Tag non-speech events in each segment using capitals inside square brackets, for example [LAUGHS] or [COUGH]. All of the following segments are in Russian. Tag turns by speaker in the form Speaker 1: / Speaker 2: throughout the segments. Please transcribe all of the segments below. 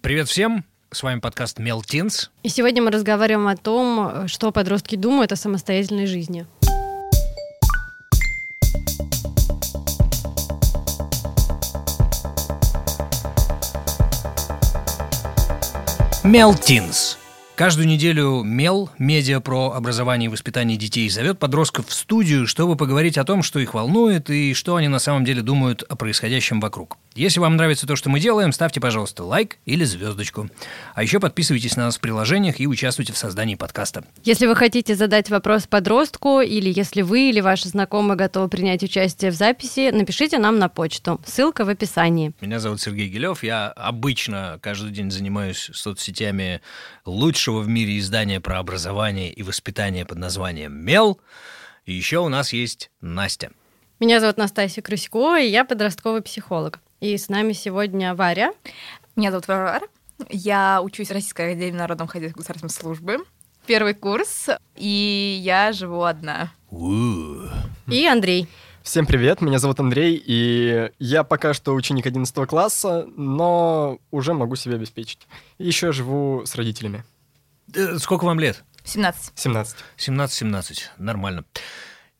Speaker 1: Привет всем! С вами подкаст Мелтинс.
Speaker 2: И сегодня мы разговариваем о том, что подростки думают о самостоятельной жизни.
Speaker 1: Мелтинс. Каждую неделю Мел, медиа про образование и воспитание детей, зовет подростков в студию, чтобы поговорить о том, что их волнует и что они на самом деле думают о происходящем вокруг. Если вам нравится то, что мы делаем, ставьте, пожалуйста, лайк или звездочку. А еще подписывайтесь на нас в приложениях и участвуйте в создании подкаста.
Speaker 2: Если вы хотите задать вопрос подростку, или если вы или ваши знакомые готовы принять участие в записи, напишите нам на почту. Ссылка в описании.
Speaker 1: Меня зовут Сергей Гелев. Я обычно каждый день занимаюсь соцсетями лучшего в мире издания про образование и воспитание под названием «Мел». И еще у нас есть Настя.
Speaker 2: Меня зовут Настасья Крысько, и я подростковый психолог. И с нами сегодня Варя.
Speaker 3: Меня зовут Варвара. Я учусь в Российской академии народного хозяйства государственной службы. Первый курс. И я живу одна.
Speaker 1: У.
Speaker 2: И Андрей.
Speaker 4: Всем привет, меня зовут Андрей, и я пока что ученик 11 класса, но уже могу себя обеспечить. И Еще живу с родителями.
Speaker 1: Э, Сколько вам лет?
Speaker 3: 17.
Speaker 4: 17.
Speaker 1: 17-17. Нормально.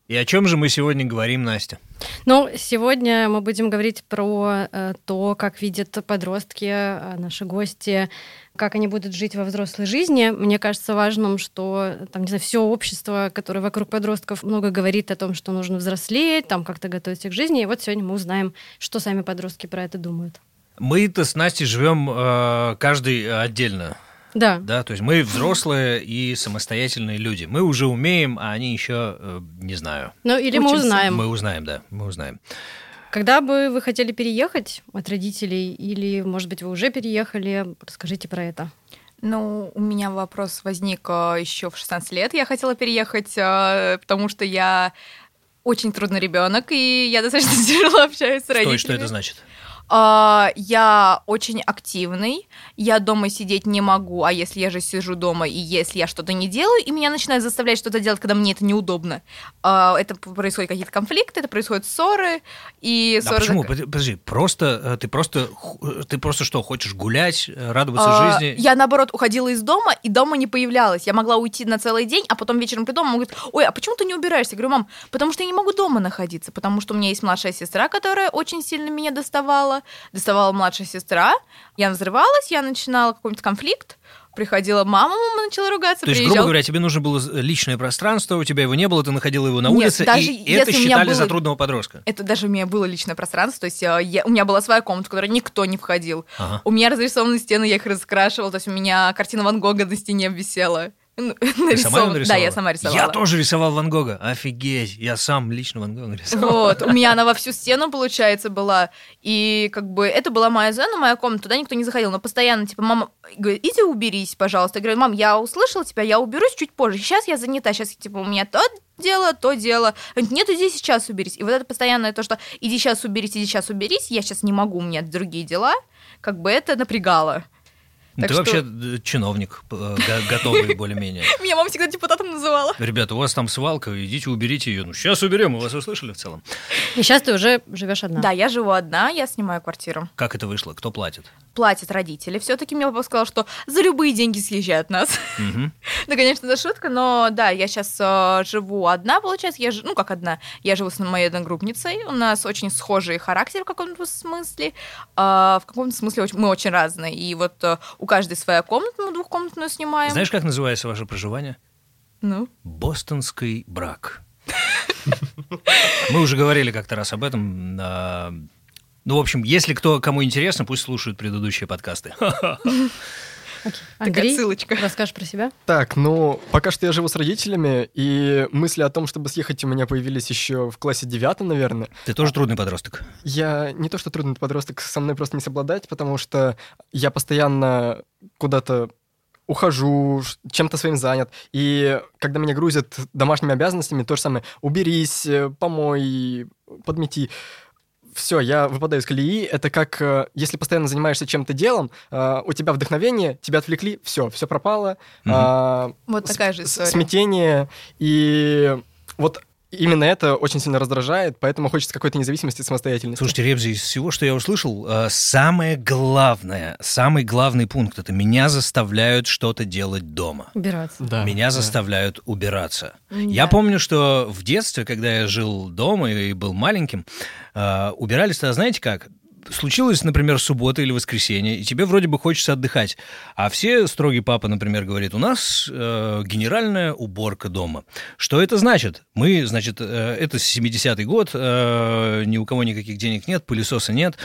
Speaker 1: И о чем же мы сегодня говорим, Настя?
Speaker 2: Ну, сегодня мы будем говорить про э, то, как видят подростки, э, наши гости, как они будут жить во взрослой жизни. Мне кажется важным, что э, там, не знаю, все общество, которое вокруг подростков, много говорит о том, что нужно взрослеть, там как-то готовиться к жизни. И вот сегодня мы узнаем, что сами подростки про это думают.
Speaker 1: Мы-то с Настей живем э, каждый отдельно.
Speaker 2: Да.
Speaker 1: Да, то есть мы взрослые и самостоятельные люди. Мы уже умеем, а они еще э, не знаю.
Speaker 2: Ну, или мы
Speaker 3: Учимся.
Speaker 2: узнаем.
Speaker 1: Мы узнаем, да, мы узнаем.
Speaker 2: Когда бы вы хотели переехать от родителей, или, может быть, вы уже переехали, расскажите про это.
Speaker 3: Ну, у меня вопрос возник еще в 16 лет. Я хотела переехать, э, потому что я очень трудный ребенок, и я достаточно [LAUGHS] тяжело общаюсь с
Speaker 1: Что,
Speaker 3: родителями.
Speaker 1: и что это значит?
Speaker 3: А, Я очень активный, я дома сидеть не могу, а если я же сижу дома, и если я что-то не делаю, и меня начинают заставлять что-то делать, когда мне это неудобно. А, Это п- происходят какие-то конфликты, это происходят ссоры, и
Speaker 1: а
Speaker 3: ссоры...
Speaker 1: почему?
Speaker 3: зак-
Speaker 1: Подожди, подожди, просто э, ты просто ху- э, ты просто что хочешь гулять, э, радоваться
Speaker 3: А,
Speaker 1: жизни?
Speaker 3: Я, наоборот, уходила из дома, и дома не появлялась. Я могла уйти на целый день, а потом вечером приду, мама говорит, ой, а почему ты не убираешься? Я говорю, мам, потому что я не могу дома находиться, потому что у меня есть младшая сестра, которая очень сильно меня доставала. Доставала младшая сестра, я взрывалась, я начинала какой-нибудь конфликт, приходила мама, мама начала ругаться,
Speaker 1: То есть, грубо
Speaker 3: приезжала-
Speaker 1: говоря, тебе нужно было з- личное пространство, у тебя его не было, ты находила его на
Speaker 3: Нет,
Speaker 1: улице,
Speaker 3: даже
Speaker 1: и
Speaker 3: если
Speaker 1: это
Speaker 3: у меня
Speaker 1: считали
Speaker 3: было-
Speaker 1: за трудного подростка.
Speaker 3: Это даже у меня было личное пространство, то есть э, я- у меня была своя комната, в которой никто не входил.
Speaker 1: Ага.
Speaker 3: У меня разрисованы стены, я их раскрашивала, то есть у меня картина Ван Гога на стене висела. [LAUGHS] Ну,
Speaker 1: Ты сама его
Speaker 3: нарисована. Да, я сама рисовала.
Speaker 1: Я тоже рисовал Ван Гога. Офигеть, я сам лично Ван Гога рисовал.
Speaker 3: Вот, у меня она во всю стену, получается, была. И как бы это была моя зона, моя комната, туда никто не заходил. Но постоянно, типа, мама говорит, иди уберись, пожалуйста. Я говорю, мам, я услышала тебя, я уберусь чуть позже. Сейчас я занята, сейчас, типа, у меня то дело, то дело. Она говорит, Нет, иди сейчас уберись. И вот это постоянное то, что иди сейчас уберись, иди сейчас уберись, я сейчас не могу, у меня другие дела. Как бы это напрягало.
Speaker 1: Ты
Speaker 3: так что-
Speaker 1: вообще э, чиновник, э, го- готовый более-менее.
Speaker 3: [LAUGHS] Меня мама всегда депутатом называла.
Speaker 1: Ребята, у вас там свалка, идите уберите ее. Ну, сейчас уберем, вы вас услышали в целом.
Speaker 2: И сейчас ты уже живешь одна.
Speaker 3: Да, я живу одна, я снимаю квартиру.
Speaker 1: Как это вышло? Кто платит?
Speaker 3: платят родители. Все-таки мне папа сказал, что за любые деньги съезжают нас.
Speaker 1: Мгм.
Speaker 3: да, конечно, это шутка, но да, я сейчас живу одна, получается, я ж- ну как одна, я живу с моей одногруппницей, у нас очень схожий характер в каком-то смысле, А, в каком-то смысле очень- мы очень разные, и вот э, у каждой своя комната, мы двухкомнатную снимаем.
Speaker 1: Знаешь, как называется ваше проживание?
Speaker 3: Ну,
Speaker 1: Бостонский брак. Мы уже говорили как-то раз об этом. а, Ну, в общем, если кто кому интересно, пусть слушают предыдущие подкасты.
Speaker 3: такая
Speaker 2: Андрей,
Speaker 3: ссылочка.
Speaker 2: расскажешь про себя?
Speaker 4: Так, ну, пока что я живу с родителями, и мысли о том, чтобы съехать, у меня появились еще в классе девятом, наверное.
Speaker 1: Ты тоже трудный подросток.
Speaker 4: Я не то, что трудный подросток, со мной просто не собладать, потому что я постоянно куда-то ухожу, ш- чем-то своим занят. И когда меня грузят домашними обязанностями, то же самое. Уберись, э, помой, подмети. Все, я выпадаю из колеи. Это как, э, если постоянно занимаешься чем-то делом, э, у тебя вдохновение, тебя отвлекли, все, все пропало.
Speaker 1: Мгм.
Speaker 4: А,
Speaker 3: Вот
Speaker 4: с-
Speaker 3: такая же
Speaker 4: с-
Speaker 3: история.
Speaker 4: Смятение и вот именно это очень сильно раздражает, поэтому хочется какой-то независимости и самостоятельности.
Speaker 1: Слушайте, Ребзи, из всего, что я услышал, э, самое главное, самый главный пункт — это меня заставляют что-то делать дома.
Speaker 2: Убираться.
Speaker 5: Да.
Speaker 1: Меня
Speaker 5: да.
Speaker 1: заставляют убираться. Я
Speaker 3: Да.
Speaker 1: помню, что в детстве, когда я жил дома и был маленьким, э, убирались тогда, знаете как? Случилось, например, суббота или воскресенье, и тебе вроде бы хочется отдыхать. А все, строгий папа, например, говорит, у нас э, генеральная уборка дома. Что это значит? Мы, значит, э, это 70-й год, э, ни у кого никаких денег нет, пылесоса нет,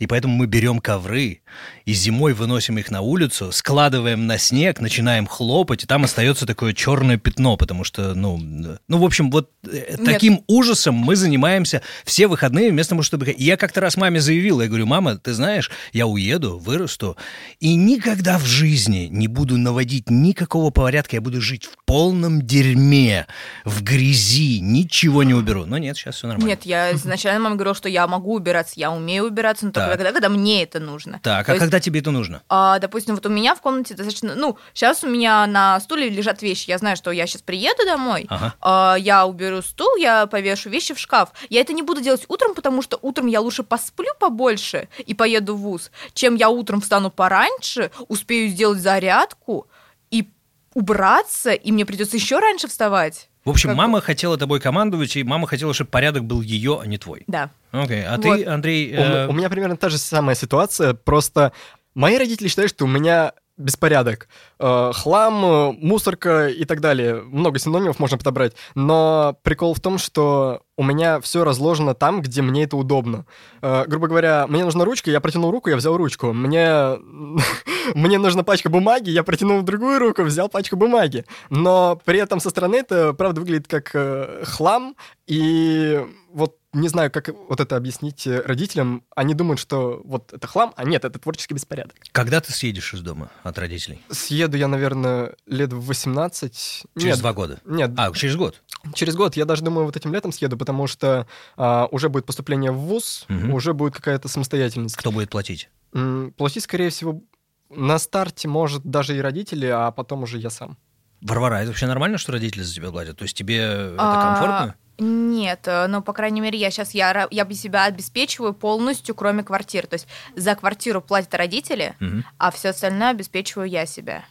Speaker 1: и поэтому мы берем ковры и зимой выносим их на улицу, складываем на снег, начинаем хлопать, и там остается такое черное пятно, потому что, ну, э, ну, в общем, вот э,
Speaker 3: Нет.
Speaker 1: таким ужасом мы занимаемся все выходные вместо того, чтобы... И я как-то раз маме заявил, я говорю, мама, ты знаешь, я уеду, вырасту, и никогда в жизни не буду наводить никакого порядка, я буду жить в полном дерьме, в грязи, ничего не уберу. Но нет, сейчас все нормально.
Speaker 3: Нет, я изначально мама говорила, что я могу убираться, я умею убираться, но только
Speaker 1: Так.
Speaker 3: тогда, когда мне это нужно.
Speaker 1: Так,
Speaker 3: То
Speaker 1: а
Speaker 3: есть,
Speaker 1: когда тебе это нужно?
Speaker 3: а, допустим, вот у меня в комнате достаточно... Ну, сейчас у меня на стуле лежат вещи. Я знаю, что я сейчас приеду домой,
Speaker 1: Ага.
Speaker 3: а, я уберу стул, я повешу вещи в шкаф. Я это не буду делать утром, потому что утром я лучше посплю побольше и поеду в ВУЗ, чем я утром встану пораньше, успею сделать зарядку и убраться, и мне придется еще раньше вставать.
Speaker 1: В общем,
Speaker 3: Как бы-
Speaker 1: мама хотела тобой командовать, и мама хотела, чтобы порядок был ее, а не твой.
Speaker 3: Да.
Speaker 1: Окей, а
Speaker 3: Вот.
Speaker 1: ты, Андрей...
Speaker 4: У,
Speaker 1: э,
Speaker 4: м- у меня примерно та же самая ситуация, просто мои родители считают, что у меня беспорядок, Э, хлам, э, мусорка и так далее. Много синонимов можно подобрать. Но прикол в том, что у меня все разложено там, где мне это удобно. Э, грубо говоря, мне нужна ручка, я протянул руку, я взял ручку. Мне, [LAUGHS] мне нужна пачка бумаги, я протянул другую руку, взял пачку бумаги. Но при этом со стороны это, правда, выглядит как э, хлам, и вот не знаю, как вот это объяснить э, родителям. Они думают, что вот это хлам, а нет, это творческий беспорядок.
Speaker 1: Когда ты съедешь из дома от родителей?
Speaker 4: Съеду я, наверное, лет в 18.
Speaker 1: Через
Speaker 4: нет,
Speaker 1: два года.
Speaker 4: Нет,
Speaker 1: А, через год.
Speaker 4: через год. Я даже думаю, вот этим летом съеду, потому что а, уже будет поступление в ВУЗ,
Speaker 1: Мгм.
Speaker 4: уже будет какая-то самостоятельность.
Speaker 1: Кто будет платить?
Speaker 4: М, Платить, скорее всего, на старте, может, даже и родители, а потом уже я сам.
Speaker 1: Варвара, это вообще нормально, что родители за тебя платят? То есть тебе это
Speaker 3: А,
Speaker 1: комфортно?
Speaker 3: Нет, э, но, по крайней мере, я сейчас я, ра- я бы себя обеспечиваю полностью, кроме квартиры. То есть за квартиру платят родители,
Speaker 1: Мгм.
Speaker 3: а все остальное обеспечиваю я себя.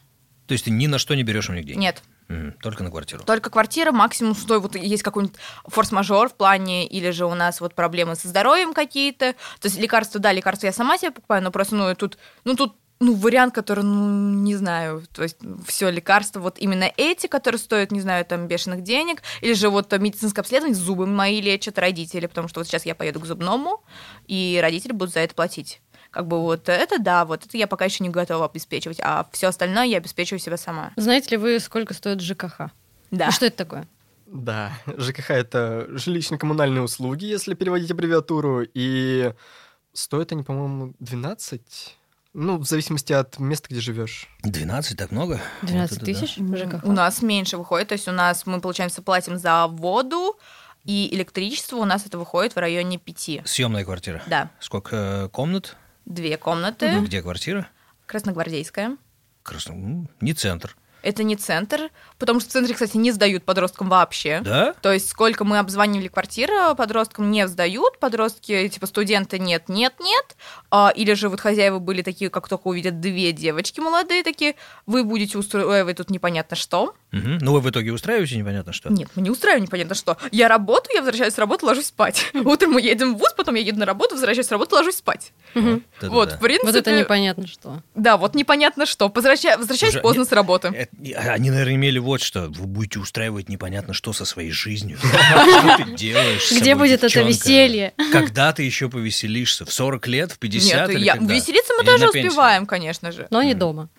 Speaker 1: То есть ты ни на что не берешь у них денег?
Speaker 3: Нет,
Speaker 1: Мгм, Только на квартиру.
Speaker 3: только квартира, максимум, что вот есть какой-нибудь форс-мажор в плане, или же у нас вот проблемы со здоровьем какие-то. То есть лекарства, да, лекарства я сама себе покупаю, но просто, ну, тут, ну, тут ну, вариант, который, ну, не знаю, то есть все лекарства, вот именно эти, которые стоят, не знаю, там, бешеных денег, или же вот э, медицинское обследование, зубы мои лечат родители, потому что вот сейчас я поеду к зубному, и родители будут за это платить. Как бы вот это да, вот это я пока еще не готова обеспечивать, а все остальное я обеспечиваю себя сама.
Speaker 2: Знаете ли вы, сколько стоит ЖКХ?
Speaker 3: Да.
Speaker 2: И что это такое?
Speaker 4: Да, ЖКХ это жилищно-коммунальные услуги, если переводить аббревиатуру, и стоят они, по-моему, 12, ну, в зависимости от места, где живешь.
Speaker 1: 12, так много?
Speaker 2: 12
Speaker 1: А, Вот это да.
Speaker 2: тысяч ЖКХ?
Speaker 3: У нас меньше выходит, то есть у нас мы, получается, платим за воду и электричество, у нас это выходит в районе пяти.
Speaker 1: Съемная квартира.
Speaker 3: Да,
Speaker 1: Сколько э, комнат? Ну,
Speaker 3: две комнаты,
Speaker 1: Где квартира?
Speaker 3: красногвардейская.
Speaker 1: Красно... м, Не центр.
Speaker 3: Это не центр, потому что в центре, кстати, не сдают подросткам вообще.
Speaker 1: Да?
Speaker 3: То есть сколько мы обзванивали квартиры, подросткам не сдают, подростки, типа студенты нет, нет, нет. А, или же вот хозяева были такие, как только увидят две девочки молодые, такие, вы будете устраивать тут непонятно что.
Speaker 1: Мгм. Ну вы в итоге устраиваете непонятно что?
Speaker 3: Нет, мы не устраиваем непонятно что. Я работаю, я возвращаюсь с работы, ложусь спать. [LAUGHS] Утром мы едем в ВУЗ, потом я еду на работу, возвращаюсь с работы, ложусь спать.
Speaker 2: Мгм.
Speaker 1: это
Speaker 3: вот,
Speaker 1: да.
Speaker 3: в принципе...
Speaker 2: Вот это непонятно что.
Speaker 3: Да, вот непонятно что. Возвраща- Возвращаюсь
Speaker 1: Слушай,
Speaker 3: поздно
Speaker 1: нет,
Speaker 3: с работы.
Speaker 1: Это- Э, и- а, Они, наверное, имели вот что. Вы будете устраивать непонятно что со своей
Speaker 2: [LAUGHS]
Speaker 1: жизнью. Что ты делаешь? с
Speaker 2: Где
Speaker 1: собой,
Speaker 2: будет это
Speaker 1: девчонка?
Speaker 2: веселье?
Speaker 1: Когда ты еще повеселишься? В 40 лет? В 50?
Speaker 3: Нет,
Speaker 1: или
Speaker 3: я-
Speaker 1: когда?
Speaker 3: веселиться мы
Speaker 1: Или
Speaker 3: тоже
Speaker 1: на пенсии?
Speaker 3: успеваем, конечно же.
Speaker 2: Но не
Speaker 1: Мгм.
Speaker 2: дома.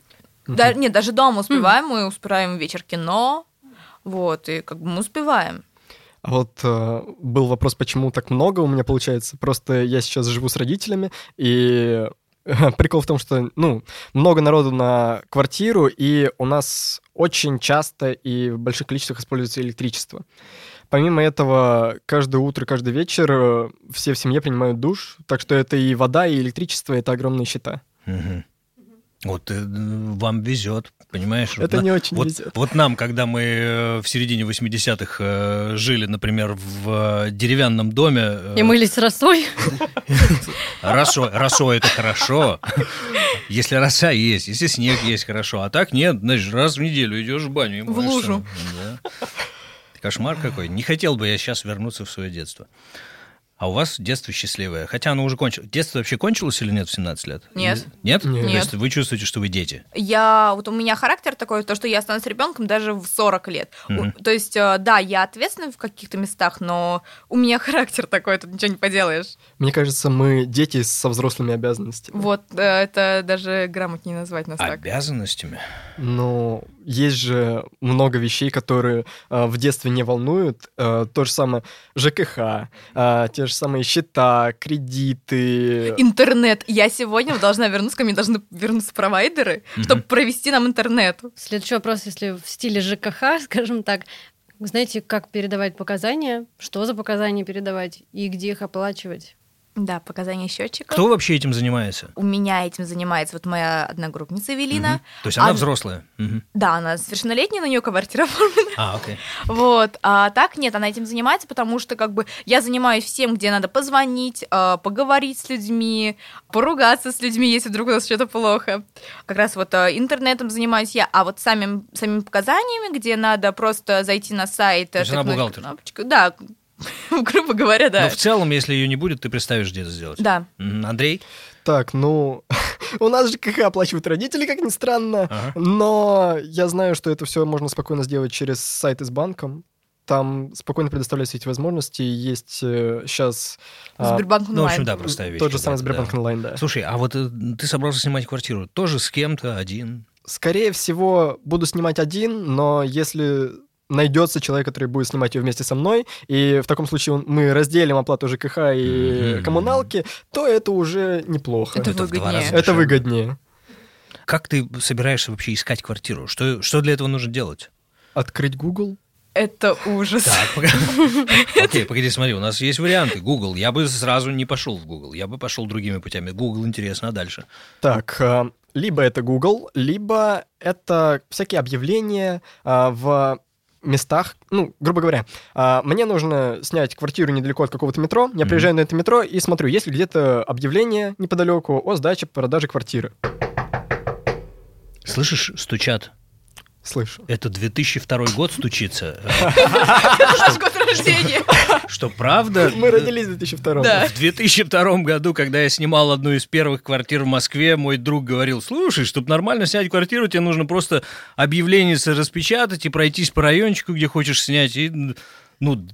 Speaker 3: Да- нет, даже дома успеваем, мы успеваем вечер кино, вот, и как бы мы успеваем.
Speaker 4: А вот э, был вопрос, почему так много у меня получается. Просто я сейчас живу с родителями, и [LAUGHS] прикол в том, что, ну, много народу на квартиру, и у нас очень часто и в больших количествах используется электричество. Помимо этого, каждое утро, каждый вечер э, все в семье принимают душ, так что это и вода, и электричество, это огромные счета.
Speaker 1: Мгм. Вот э, вам везет, понимаешь? Вот
Speaker 4: Это
Speaker 1: на-
Speaker 4: не очень
Speaker 1: вот,
Speaker 4: везет.
Speaker 1: вот нам, когда мы э, в середине 80-х э, жили, например, в э, деревянном доме... э,
Speaker 2: И мылись росой. [LAUGHS]
Speaker 1: Росо, росо это хорошо. Если роса есть, если снег есть, хорошо. А так нет, значит, раз в неделю идешь в баню. и
Speaker 3: В
Speaker 1: моешься.
Speaker 3: лужу.
Speaker 1: Да. Кошмар какой. Не хотел бы я сейчас вернуться в свое детство. А у вас детство счастливое. Хотя оно уже кончилось. Детство вообще кончилось или нет в 17 лет?
Speaker 3: Нет.
Speaker 1: Нет?
Speaker 4: Нет.
Speaker 1: То есть вы чувствуете, что вы дети.
Speaker 3: Я, вот у меня характер такой, то, что я становлюсь ребенком даже в 40 лет.
Speaker 1: Мгм.
Speaker 3: У- То есть, э, да, я ответственна в каких-то местах, но у меня [LAUGHS] характер такой, тут ничего не поделаешь.
Speaker 4: Мне кажется, мы дети со взрослыми обязанностями.
Speaker 3: Вот, э, это даже грамотнее назвать
Speaker 1: А,
Speaker 3: нас так.
Speaker 1: Обязанностями.
Speaker 4: Но Ну, есть же много вещей, которые э, в детстве не волнуют. Э, то же самое ЖКХ, э, те же самые счета, кредиты.
Speaker 3: Интернет. Я сегодня должна вернуться, ко мне должны вернуться провайдеры,
Speaker 1: Мгм.
Speaker 3: чтобы провести нам интернет.
Speaker 2: Следующий вопрос, если в стиле ЖКХ, [LAUGHS] скажем так, Вы знаете, как передавать показания, что за показания передавать и где их оплачивать?
Speaker 3: Да, показания счетчика.
Speaker 1: Кто вообще этим занимается?
Speaker 3: У меня этим занимается вот моя одногруппница Эвелина.
Speaker 1: Мгм. То есть она
Speaker 3: А-
Speaker 1: взрослая.
Speaker 3: [LAUGHS]
Speaker 1: Мгм.
Speaker 3: Да, она совершеннолетняя, на нее квартира оформлена.
Speaker 1: А, окей.
Speaker 3: Вот. А так нет, она этим занимается, потому что как бы я занимаюсь всем, где надо позвонить, э, поговорить с людьми, поругаться с людьми, если вдруг у нас что-то плохо. Как раз вот э, интернетом занимаюсь я, а вот самим, самими показаниями, где надо просто зайти на сайт.
Speaker 1: То есть она
Speaker 3: тыкнуть
Speaker 1: бухгалтер?
Speaker 3: кнопочку. Да, [LAUGHS] грубо говоря, да.
Speaker 1: Но в целом, если ее не будет, ты представишь, где это сделать.
Speaker 3: Да.
Speaker 1: Мгм. Андрей?
Speaker 4: Так, ну, [LAUGHS] у нас ЖКХ оплачивают родители, как ни странно.
Speaker 1: Ага.
Speaker 4: Но я знаю, что это все можно спокойно сделать через сайты с банком. Там спокойно предоставляются эти возможности. Есть сейчас А,
Speaker 1: Ну,
Speaker 3: Сбербанк
Speaker 1: в
Speaker 3: онлайн.
Speaker 1: общем, да, простая вещь.
Speaker 4: тот же самый
Speaker 1: какая-то,
Speaker 4: Сбербанк
Speaker 1: да.
Speaker 4: онлайн, да.
Speaker 1: Слушай, а вот э, ты собрался снимать квартиру тоже с кем-то один?
Speaker 4: Скорее всего, буду снимать один, но если найдется человек, который будет снимать ее вместе со мной, и в таком случае он- мы разделим оплату ЖКХ и
Speaker 1: Мгм.
Speaker 4: коммуналки, то это уже неплохо.
Speaker 3: Это
Speaker 4: Это,
Speaker 1: в два
Speaker 3: выгоднее.
Speaker 1: раза
Speaker 3: Это
Speaker 1: дешевле.
Speaker 4: выгоднее.
Speaker 1: Как ты собираешься вообще искать квартиру? Что, что для этого нужно
Speaker 3: [LAUGHS]
Speaker 1: делать?
Speaker 4: Открыть Google?
Speaker 3: Это ужас.
Speaker 1: Так, погоди. Окей, погоди, смотри, у нас есть варианты. Google. Я бы сразу не пошел в Google. Я бы пошел другими путями. Google интересно, а дальше?
Speaker 4: Так, а, либо это Google, либо это всякие объявления а, в местах, ну, грубо говоря, а, мне нужно снять квартиру недалеко от какого-то метро, я
Speaker 1: Мгм.
Speaker 4: приезжаю на это метро и смотрю, есть ли где-то объявление неподалеку о сдаче, продаже квартиры.
Speaker 1: Слышишь, стучат.
Speaker 4: Слышу.
Speaker 1: Это 2002 год стучится.
Speaker 4: [LAUGHS]
Speaker 3: Это [LAUGHS] наш год рождения.
Speaker 1: Э, Что правда?
Speaker 4: Мы родились в 2002
Speaker 3: Да.
Speaker 1: В 2002 году, когда я снимал одну из первых квартир в Москве, мой друг говорил, слушай, чтобы нормально снять квартиру, тебе нужно просто объявление распечатать и пройтись по райончику, где хочешь снять. И, ну,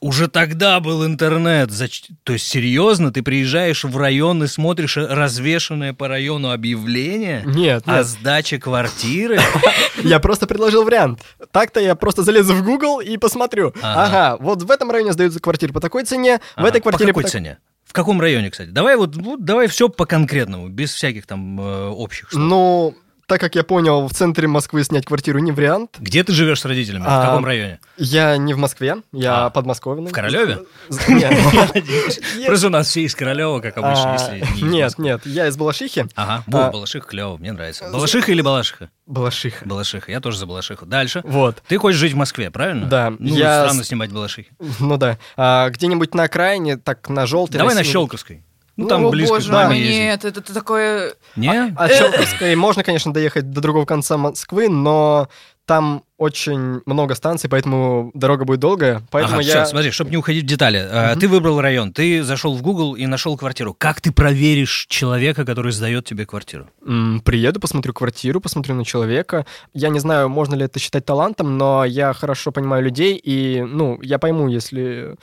Speaker 1: уже тогда был интернет. Зач- То есть, серьезно, ты приезжаешь в район и смотришь развешенное по району объявление
Speaker 4: Нет,
Speaker 1: о
Speaker 4: нет,
Speaker 1: сдаче квартиры?
Speaker 4: я просто предложил вариант. Так-то я просто залезу в Google и посмотрю.
Speaker 1: Ага.
Speaker 4: Ага, вот в этом районе сдаются квартиры по такой цене, [LAUGHS] в
Speaker 1: Ага,
Speaker 4: этой квартире
Speaker 1: А, по какой
Speaker 4: так-
Speaker 1: цене? В каком районе, кстати? Давай вот, ну, давай все по конкретному, без всяких там э, общих. слов.
Speaker 4: Ну, так как я понял, в центре Москвы снять квартиру не вариант.
Speaker 1: Где ты живешь с родителями?
Speaker 4: А,
Speaker 1: в каком районе?
Speaker 4: Я не в Москве, я
Speaker 1: А,
Speaker 4: подмосковный.
Speaker 1: в Королеве?
Speaker 4: З-
Speaker 1: [LAUGHS]
Speaker 4: Нет. Я-
Speaker 1: Просто у нас все из Королева, как обычно,
Speaker 4: А,
Speaker 1: если не из
Speaker 4: Нет,
Speaker 1: Москвы. Э,
Speaker 4: нет, я из Балашихи.
Speaker 1: Ага,
Speaker 4: А.
Speaker 1: Бог, Балашиха клево, мне нравится. Балашиха или Балашиха?
Speaker 4: Балашиха.
Speaker 1: Балашиха, я тоже за Балашиху. Дальше.
Speaker 4: Вот.
Speaker 1: Ты хочешь жить в Москве, правильно?
Speaker 4: Да,
Speaker 1: Ну,
Speaker 4: я
Speaker 1: странно
Speaker 4: с-
Speaker 1: снимать Балашихи.
Speaker 4: Ну да. А, Где-нибудь на окраине, так на желтой.
Speaker 1: Давай на
Speaker 4: синей-
Speaker 1: Щелковской. Ну,
Speaker 4: Ну,
Speaker 1: [LAUGHS] там
Speaker 4: о
Speaker 1: близко
Speaker 3: Боже
Speaker 1: к маме
Speaker 3: мой,
Speaker 1: ездить.
Speaker 3: нет, это это такое...
Speaker 1: Не?
Speaker 4: От Щелковской можно, конечно, доехать до другого конца Москвы, но там очень много станций, поэтому дорога будет долгая. Поэтому
Speaker 1: Ага,
Speaker 4: я...
Speaker 1: всё, смотри, чтобы не уходить в детали. э,
Speaker 4: Мгм.
Speaker 1: Ты выбрал район, ты зашел в Google и нашел квартиру. Как ты проверишь человека, который сдает тебе квартиру?
Speaker 4: М, Приеду, посмотрю квартиру, посмотрю на человека. Я не знаю, можно ли это считать талантом, но я хорошо понимаю людей, и, ну, я пойму, если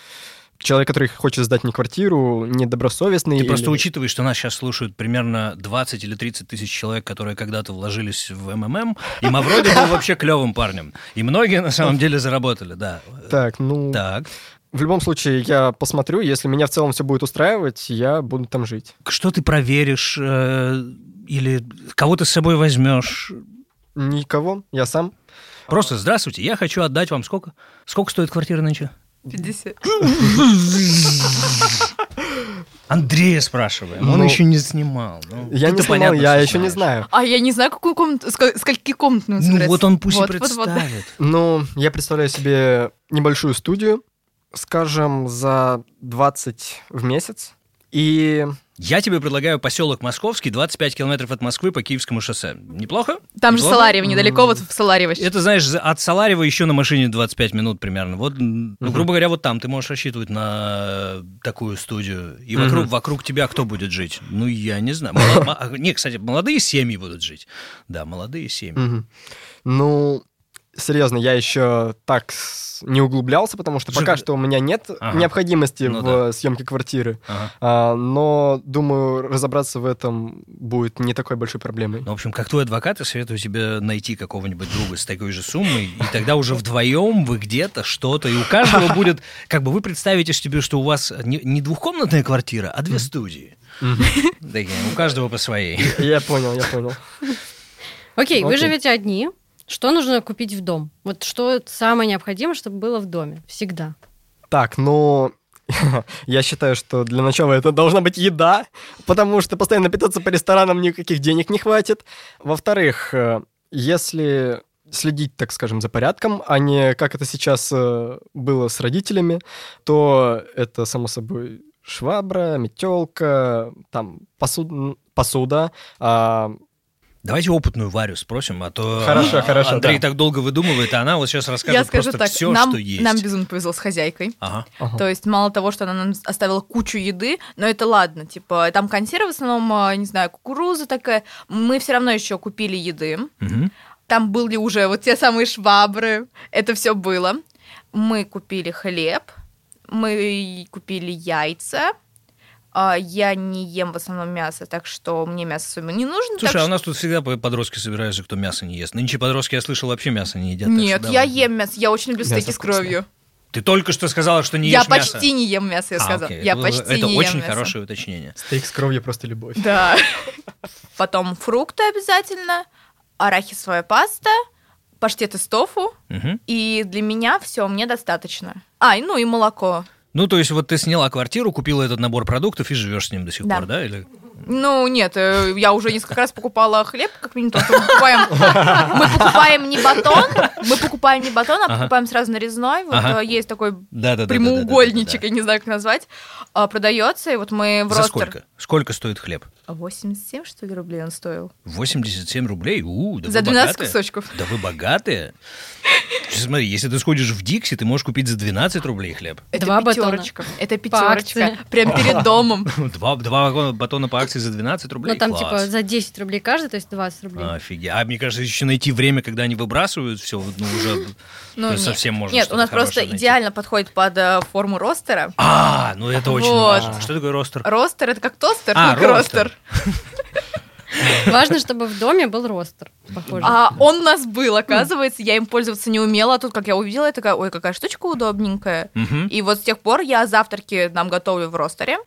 Speaker 4: человек, который хочет сдать мне квартиру, недобросовестный.
Speaker 1: Ты
Speaker 4: или-
Speaker 1: просто учитываешь, что нас сейчас слушают примерно 20 или 30 тысяч человек, которые когда-то вложились в МММ, и Мавроди был вообще клевым парнем. И многие на самом деле заработали, да.
Speaker 4: Так, ну,
Speaker 1: Так,
Speaker 4: в любом случае, я посмотрю, если меня в целом все будет устраивать, я буду там жить.
Speaker 1: что ты проверишь э, или кого ты с собой возьмешь?
Speaker 4: Никого, я сам.
Speaker 1: Просто здравствуйте, я хочу отдать вам сколько? Сколько стоит квартира нынче?
Speaker 3: 50.
Speaker 1: Андрея спрашиваем. Он
Speaker 4: Ну,
Speaker 1: еще не снимал. Ну,
Speaker 4: Я не
Speaker 1: ты-то
Speaker 4: снимал,
Speaker 1: понятно,
Speaker 4: я
Speaker 1: всё
Speaker 4: еще не
Speaker 1: знаешь.
Speaker 4: знаю.
Speaker 3: А я не знаю, какую комнату, ск- скольки комнат он
Speaker 1: Ну
Speaker 3: собирается.
Speaker 1: вот он пусть и
Speaker 3: Вот, вот, вот, да.
Speaker 1: представит.
Speaker 4: Ну, я представляю себе небольшую студию, скажем, за 20 в месяц. И
Speaker 1: Я тебе предлагаю поселок Московский, 25 километров от Москвы по Киевскому шоссе. Неплохо?
Speaker 3: Там же
Speaker 1: Неплохо?
Speaker 3: Соларьево, недалеко
Speaker 4: М.
Speaker 3: вот в Соларьево.
Speaker 1: Это, знаешь, за- от Саларева еще на машине 25 минут примерно. Вот, м, ну,
Speaker 4: Мгм.
Speaker 1: грубо говоря, вот там ты можешь рассчитывать на такую студию. И
Speaker 4: Мгм.
Speaker 1: вокруг, вокруг тебя кто будет жить? Ну, я не знаю. Мало- ма- а, Не, кстати, молодые семьи будут жить. Да, молодые семьи.
Speaker 4: Мгм. Ну, серьезно, я еще так с- не углублялся, потому что
Speaker 1: Слушай,
Speaker 4: пока
Speaker 1: ты-
Speaker 4: что у меня нет
Speaker 1: Ага.
Speaker 4: необходимости
Speaker 1: Ну
Speaker 4: в
Speaker 1: да.
Speaker 4: э, съемке квартиры.
Speaker 1: Ага.
Speaker 4: А, но, думаю, разобраться в этом будет не такой большой проблемой.
Speaker 1: Ну, в общем, как твой адвокат, я советую тебе найти какого-нибудь друга с такой же суммой, и тогда уже вдвоем вы где-то что-то, и у
Speaker 3: [LAUGHS]
Speaker 1: каждого будет, как бы вы представите себе, что у вас не, не двухкомнатная квартира, а две студии.
Speaker 4: Мгм.
Speaker 1: Такие, у каждого по своей.
Speaker 4: Я понял, я понял.
Speaker 2: Окей, вы
Speaker 4: Окей.
Speaker 2: живете одни. Что нужно купить в дом? Вот что самое необходимое, чтобы было в доме всегда?
Speaker 4: Так, ну... [LAUGHS] Я считаю, что для начала это должна быть еда, потому что постоянно питаться по ресторанам никаких денег не хватит. Во-вторых, э, если следить, так скажем, за порядком, а не как это сейчас э, было с родителями, то это, само собой, швабра, метелка, там, посуд- посуда, а,
Speaker 1: Давайте опытную Варю спросим, а то
Speaker 4: Хорошо,
Speaker 1: а,
Speaker 4: хорошо,
Speaker 1: Андрей
Speaker 4: да.
Speaker 1: так долго выдумывает, а она вот сейчас расскажет
Speaker 3: Я скажу
Speaker 1: просто
Speaker 3: так,
Speaker 1: все,
Speaker 3: нам,
Speaker 1: что есть.
Speaker 3: нам безумно повезло с хозяйкой.
Speaker 1: Ага.
Speaker 4: ага.
Speaker 3: То есть мало того, что она нам оставила кучу еды, но это ладно, типа там консервы в основном, а, не знаю, кукуруза такая. Мы все равно еще купили еды.
Speaker 1: Мгм.
Speaker 3: Там были уже вот те самые швабры. Это все было. Мы купили хлеб, мы купили яйца. А, Я не ем в основном мясо, так что мне мясо особенно не нужно.
Speaker 1: Слушай,
Speaker 3: так
Speaker 1: а у нас тут всегда по- подростки собираются, кто мясо не ест. Нынче подростки, я слышал, вообще мясо не едят.
Speaker 3: что-
Speaker 1: так
Speaker 3: Нет,
Speaker 1: что
Speaker 3: я
Speaker 1: давай.
Speaker 3: ем мясо. Я очень люблю
Speaker 4: Мясо
Speaker 3: стейки с
Speaker 4: вкусное.
Speaker 3: кровью.
Speaker 1: Ты только что сказала, что не
Speaker 3: я
Speaker 1: ешь мясо.
Speaker 3: почти не ем мясо, я
Speaker 1: А,
Speaker 3: сказала.
Speaker 1: окей.
Speaker 3: Я
Speaker 1: Это-
Speaker 3: почти
Speaker 1: Это
Speaker 3: не
Speaker 1: очень
Speaker 3: ем мясо.
Speaker 1: хорошее уточнение.
Speaker 4: Стейк с кровью просто любовь.
Speaker 3: Да. [LAUGHS] Потом фрукты обязательно, арахисовая паста, паштет из тофу.
Speaker 1: Мгм.
Speaker 3: И для меня все, мне достаточно. А, и- ну и молоко.
Speaker 1: Ну, то есть, вот ты сняла квартиру, купила этот набор продуктов и живешь с ним до сих
Speaker 3: Да.
Speaker 1: пор, да? Или...
Speaker 3: Ну, нет, э, я уже несколько раз покупала хлеб, как минимум, потому что мы покупаем, мы покупаем не батон, мы покупаем не батон, а
Speaker 1: Ага.
Speaker 3: покупаем сразу нарезной. Вот
Speaker 1: Ага.
Speaker 3: э, есть такой
Speaker 1: Да, да, да.
Speaker 3: прямоугольничек, я не знаю, как назвать, а, продается, и вот мы в
Speaker 1: За
Speaker 3: ростер...
Speaker 1: сколько? Сколько стоит хлеб?
Speaker 3: 87, что ли, рублей он стоил?
Speaker 1: 87 рублей? У, да
Speaker 3: За
Speaker 1: вы
Speaker 3: 12
Speaker 1: богатые.
Speaker 3: кусочков.
Speaker 1: Да вы богатые. Смотри, если ты сходишь в Дикси, ты можешь купить за 12 рублей хлеб.
Speaker 3: Это
Speaker 2: Два батона.
Speaker 3: пятерочка. Это пятерочка.
Speaker 2: акции.
Speaker 1: [LAUGHS]
Speaker 3: Прям перед домом.
Speaker 1: Два, два вагона- батона по акции за 12 рублей?
Speaker 2: ну, там
Speaker 1: Класс.
Speaker 2: типа за 10 рублей каждый, то есть 20 рублей.
Speaker 1: Офигеть. А мне кажется, еще найти время, когда они выбрасывают все, ну уже
Speaker 3: Ну,
Speaker 1: ну,
Speaker 3: нет.
Speaker 1: совсем можно
Speaker 3: Нет, у
Speaker 1: что-то
Speaker 3: нас просто
Speaker 1: хорошее найти.
Speaker 3: идеально подходит под э, форму ростера.
Speaker 1: А, ну это очень
Speaker 3: Вот.
Speaker 1: важно. Что такое ростер?
Speaker 3: Ростер это как тостер,
Speaker 1: А,
Speaker 3: только
Speaker 1: ростер.
Speaker 3: ростер.
Speaker 2: Важно, чтобы в доме был ростер, похоже.
Speaker 3: А он у нас был, оказывается, я им пользоваться не умела, а тут, как я увидела, я такая, ой, какая штучка удобненькая.
Speaker 1: Мгм.
Speaker 3: И вот с тех пор я завтраки нам готовлю в ростере.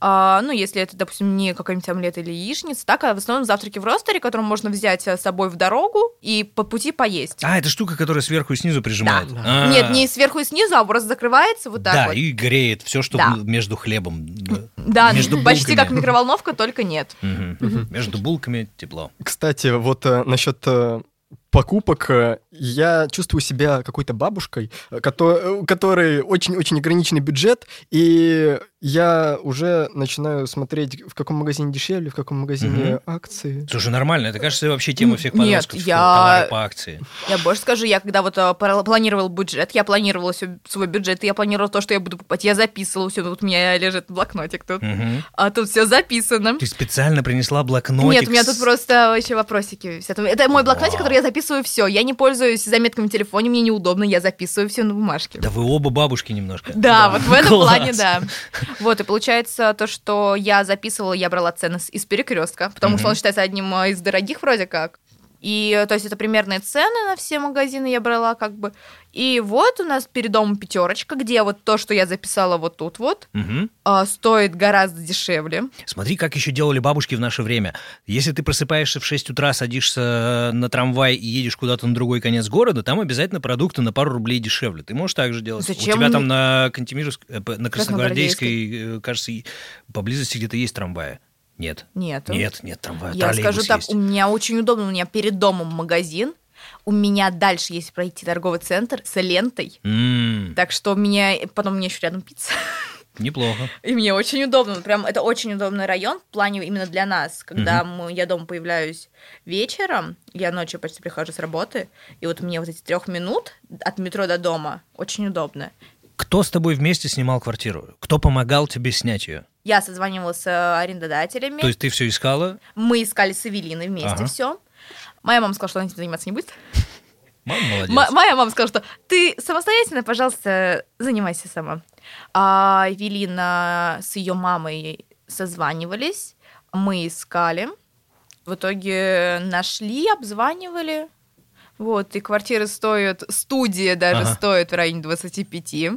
Speaker 3: А, ну, если это, допустим, не какой-нибудь омлет или яичница, так, а в основном завтраки в ростере, которые можно взять э, с собой в дорогу и по пути поесть.
Speaker 1: А, это штука, которая сверху и снизу прижимает. А.
Speaker 3: Нет, не сверху и снизу, а просто закрывается вот так
Speaker 1: Да,
Speaker 3: вот.
Speaker 1: и греет все, что
Speaker 3: Да.
Speaker 1: м- между хлебом. Да.
Speaker 3: Да,
Speaker 1: между
Speaker 3: [LAUGHS] почти
Speaker 1: булками.
Speaker 3: как микроволновка, только нет.
Speaker 1: Мгм. Между булками тепло.
Speaker 4: Кстати, вот э, насчет э, покупок, э, я чувствую себя какой-то бабушкой, э, кото- э, у которой очень-очень ограниченный бюджет, и я уже начинаю смотреть, в каком магазине дешевле, в каком магазине
Speaker 1: Мгм.
Speaker 4: акции.
Speaker 1: Слушай, нормально, это кажется вообще тема всех
Speaker 3: Нет,
Speaker 1: подростков. что
Speaker 3: я-
Speaker 1: Товары по акции.
Speaker 3: Я больше скажу, я когда вот э, пара- планировала бюджет, я планировала всё- свой бюджет, и я планировала то, что я буду покупать, я записывала все, вот у меня лежит блокнотик тут,
Speaker 1: Мгм.
Speaker 3: а тут все записано.
Speaker 1: Ты специально принесла блокнотик.
Speaker 3: Нет, у меня тут
Speaker 1: с-
Speaker 3: просто еще вопросики. висят. Это мой блокнотик,
Speaker 1: Вау.
Speaker 3: который я записываю все. Я не пользуюсь заметками в телефоне, мне неудобно, я записываю все на бумажке.
Speaker 1: Да вы оба бабушки немножко.
Speaker 3: Да, вот в этом
Speaker 1: Класс.
Speaker 3: плане, да. Вот, и получается то, что я записывала, я брала цены с- из перекрестка, потому что
Speaker 1: Мгм.
Speaker 3: он считается одним э, из дорогих вроде как. И, то есть, это примерные цены на все магазины я брала, как бы. И вот у нас перед домом пятерочка, где вот то, что я записала вот тут вот,
Speaker 1: Мгм.
Speaker 3: а, стоит гораздо дешевле.
Speaker 1: Смотри, как еще делали бабушки в наше время. Если ты просыпаешься в 6 утра, садишься э, на трамвай и едешь куда-то на другой конец города, там обязательно продукты на пару рублей дешевле. Ты можешь так же делать.
Speaker 3: Зачем
Speaker 1: У тебя там
Speaker 3: мне-
Speaker 1: на Кантемировск... э, п- на Красногвардейской, э, кажется, и поблизости где-то есть трамваи. Нет.
Speaker 3: Нет.
Speaker 1: Нет, нет, трамвая.
Speaker 3: Я скажу
Speaker 1: троллейбус
Speaker 3: так,
Speaker 1: есть.
Speaker 3: у меня очень удобно, у меня перед домом магазин, у меня дальше есть пройти торговый центр с лентой,
Speaker 1: М,
Speaker 3: так что у меня, потом у меня еще рядом пицца,
Speaker 1: Неплохо.
Speaker 3: и мне очень удобно, прям это очень удобный район в плане именно для нас, когда мы, я дома появляюсь вечером, я ночью почти прихожу с работы, и вот мне вот эти трех минут от метро до дома очень удобно.
Speaker 1: Кто с тобой вместе снимал квартиру? Кто помогал тебе снять ее?
Speaker 3: Я созванивалась с э, арендодателями,
Speaker 1: То есть ты все искала?
Speaker 3: мы искали с Эвелиной вместе
Speaker 1: Ага.
Speaker 3: все. Моя мама сказала, что она этим заниматься не будет.
Speaker 1: Мама
Speaker 3: М-
Speaker 1: молодец.
Speaker 3: моя мама сказала, что ты самостоятельно, пожалуйста, занимайся сама. А Эвелина с ее мамой созванивались, мы искали. В итоге нашли, обзванивали. Вот, и квартиры стоят, студия даже
Speaker 1: Ага.
Speaker 3: стоит в районе 25.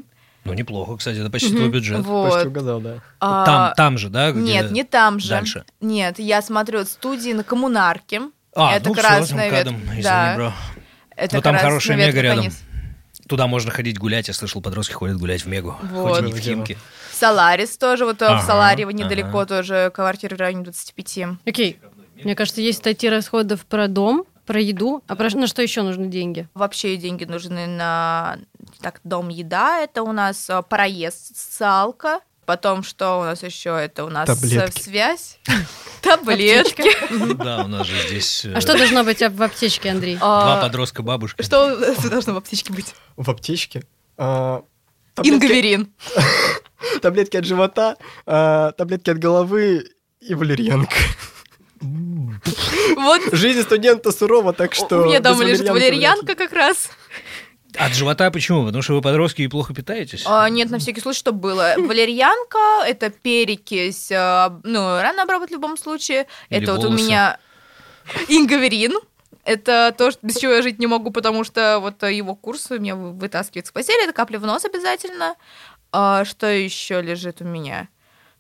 Speaker 1: Ну, неплохо, кстати, это почти
Speaker 3: Мгм.
Speaker 1: твой бюджет.
Speaker 4: Почти
Speaker 3: Вот.
Speaker 4: угадал, да.
Speaker 3: А,
Speaker 1: Там, там же, да? где-
Speaker 3: Нет, не там же.
Speaker 1: дальше?
Speaker 3: Нет, я смотрю от студии на коммунарке.
Speaker 1: А,
Speaker 3: это
Speaker 1: ну всё,
Speaker 3: красная
Speaker 1: там
Speaker 3: ветвь.
Speaker 1: кадом, извини,
Speaker 3: Да.
Speaker 1: бро.
Speaker 3: Это
Speaker 1: Но Ну, там
Speaker 3: красная
Speaker 1: хорошая
Speaker 3: ветка,
Speaker 1: мега рядом.
Speaker 3: конец.
Speaker 1: Туда можно ходить гулять. Я слышал, подростки ходят гулять в мегу.
Speaker 3: Вот.
Speaker 1: Хоть и не в Химки.
Speaker 3: Саларис тоже, вот э,
Speaker 1: Ага,
Speaker 3: в Саларе
Speaker 1: ага.
Speaker 3: недалеко тоже квартира в районе 25.
Speaker 2: Окей. Мне кажется, есть статьи расходов про дом, про еду, а про ш- на что еще нужны деньги?
Speaker 3: Вообще деньги нужны на так, дом еда, это у нас э, проезд, салка, потом что у нас еще, это у нас э,
Speaker 4: Таблетки. [LAUGHS]
Speaker 3: связь, таблетки.
Speaker 1: Да, у нас же здесь э,
Speaker 2: А что должно быть об- в аптечке, Андрей?
Speaker 1: два
Speaker 3: А,
Speaker 1: подростка бабушка.
Speaker 3: Что [LAUGHS] должно в аптечке быть?
Speaker 4: В аптечке. а, таблетки,
Speaker 3: Ингаверин.
Speaker 4: таблетки от живота, а, таблетки от головы и валерьянка.
Speaker 3: Вот
Speaker 4: Жизнь студента сурова, так что...
Speaker 3: у меня дома
Speaker 4: без
Speaker 3: лежит
Speaker 4: валерьянки вряд ли.
Speaker 3: валерьянка как раз.
Speaker 1: От живота почему? Потому что вы подростки и плохо питаетесь?
Speaker 3: А, нет, на всякий случай,
Speaker 1: [LAUGHS]
Speaker 3: что было. Валерьянка – это перекись, а, ну, рано обработать в любом случае.
Speaker 1: Или
Speaker 3: это вот у
Speaker 1: волосы.
Speaker 3: меня ингаверин. Это то, что- без чего я жить не могу, потому что вот э, его курс меня вы- вытаскивает с постели. Это капля в нос обязательно. А, что еще лежит у меня?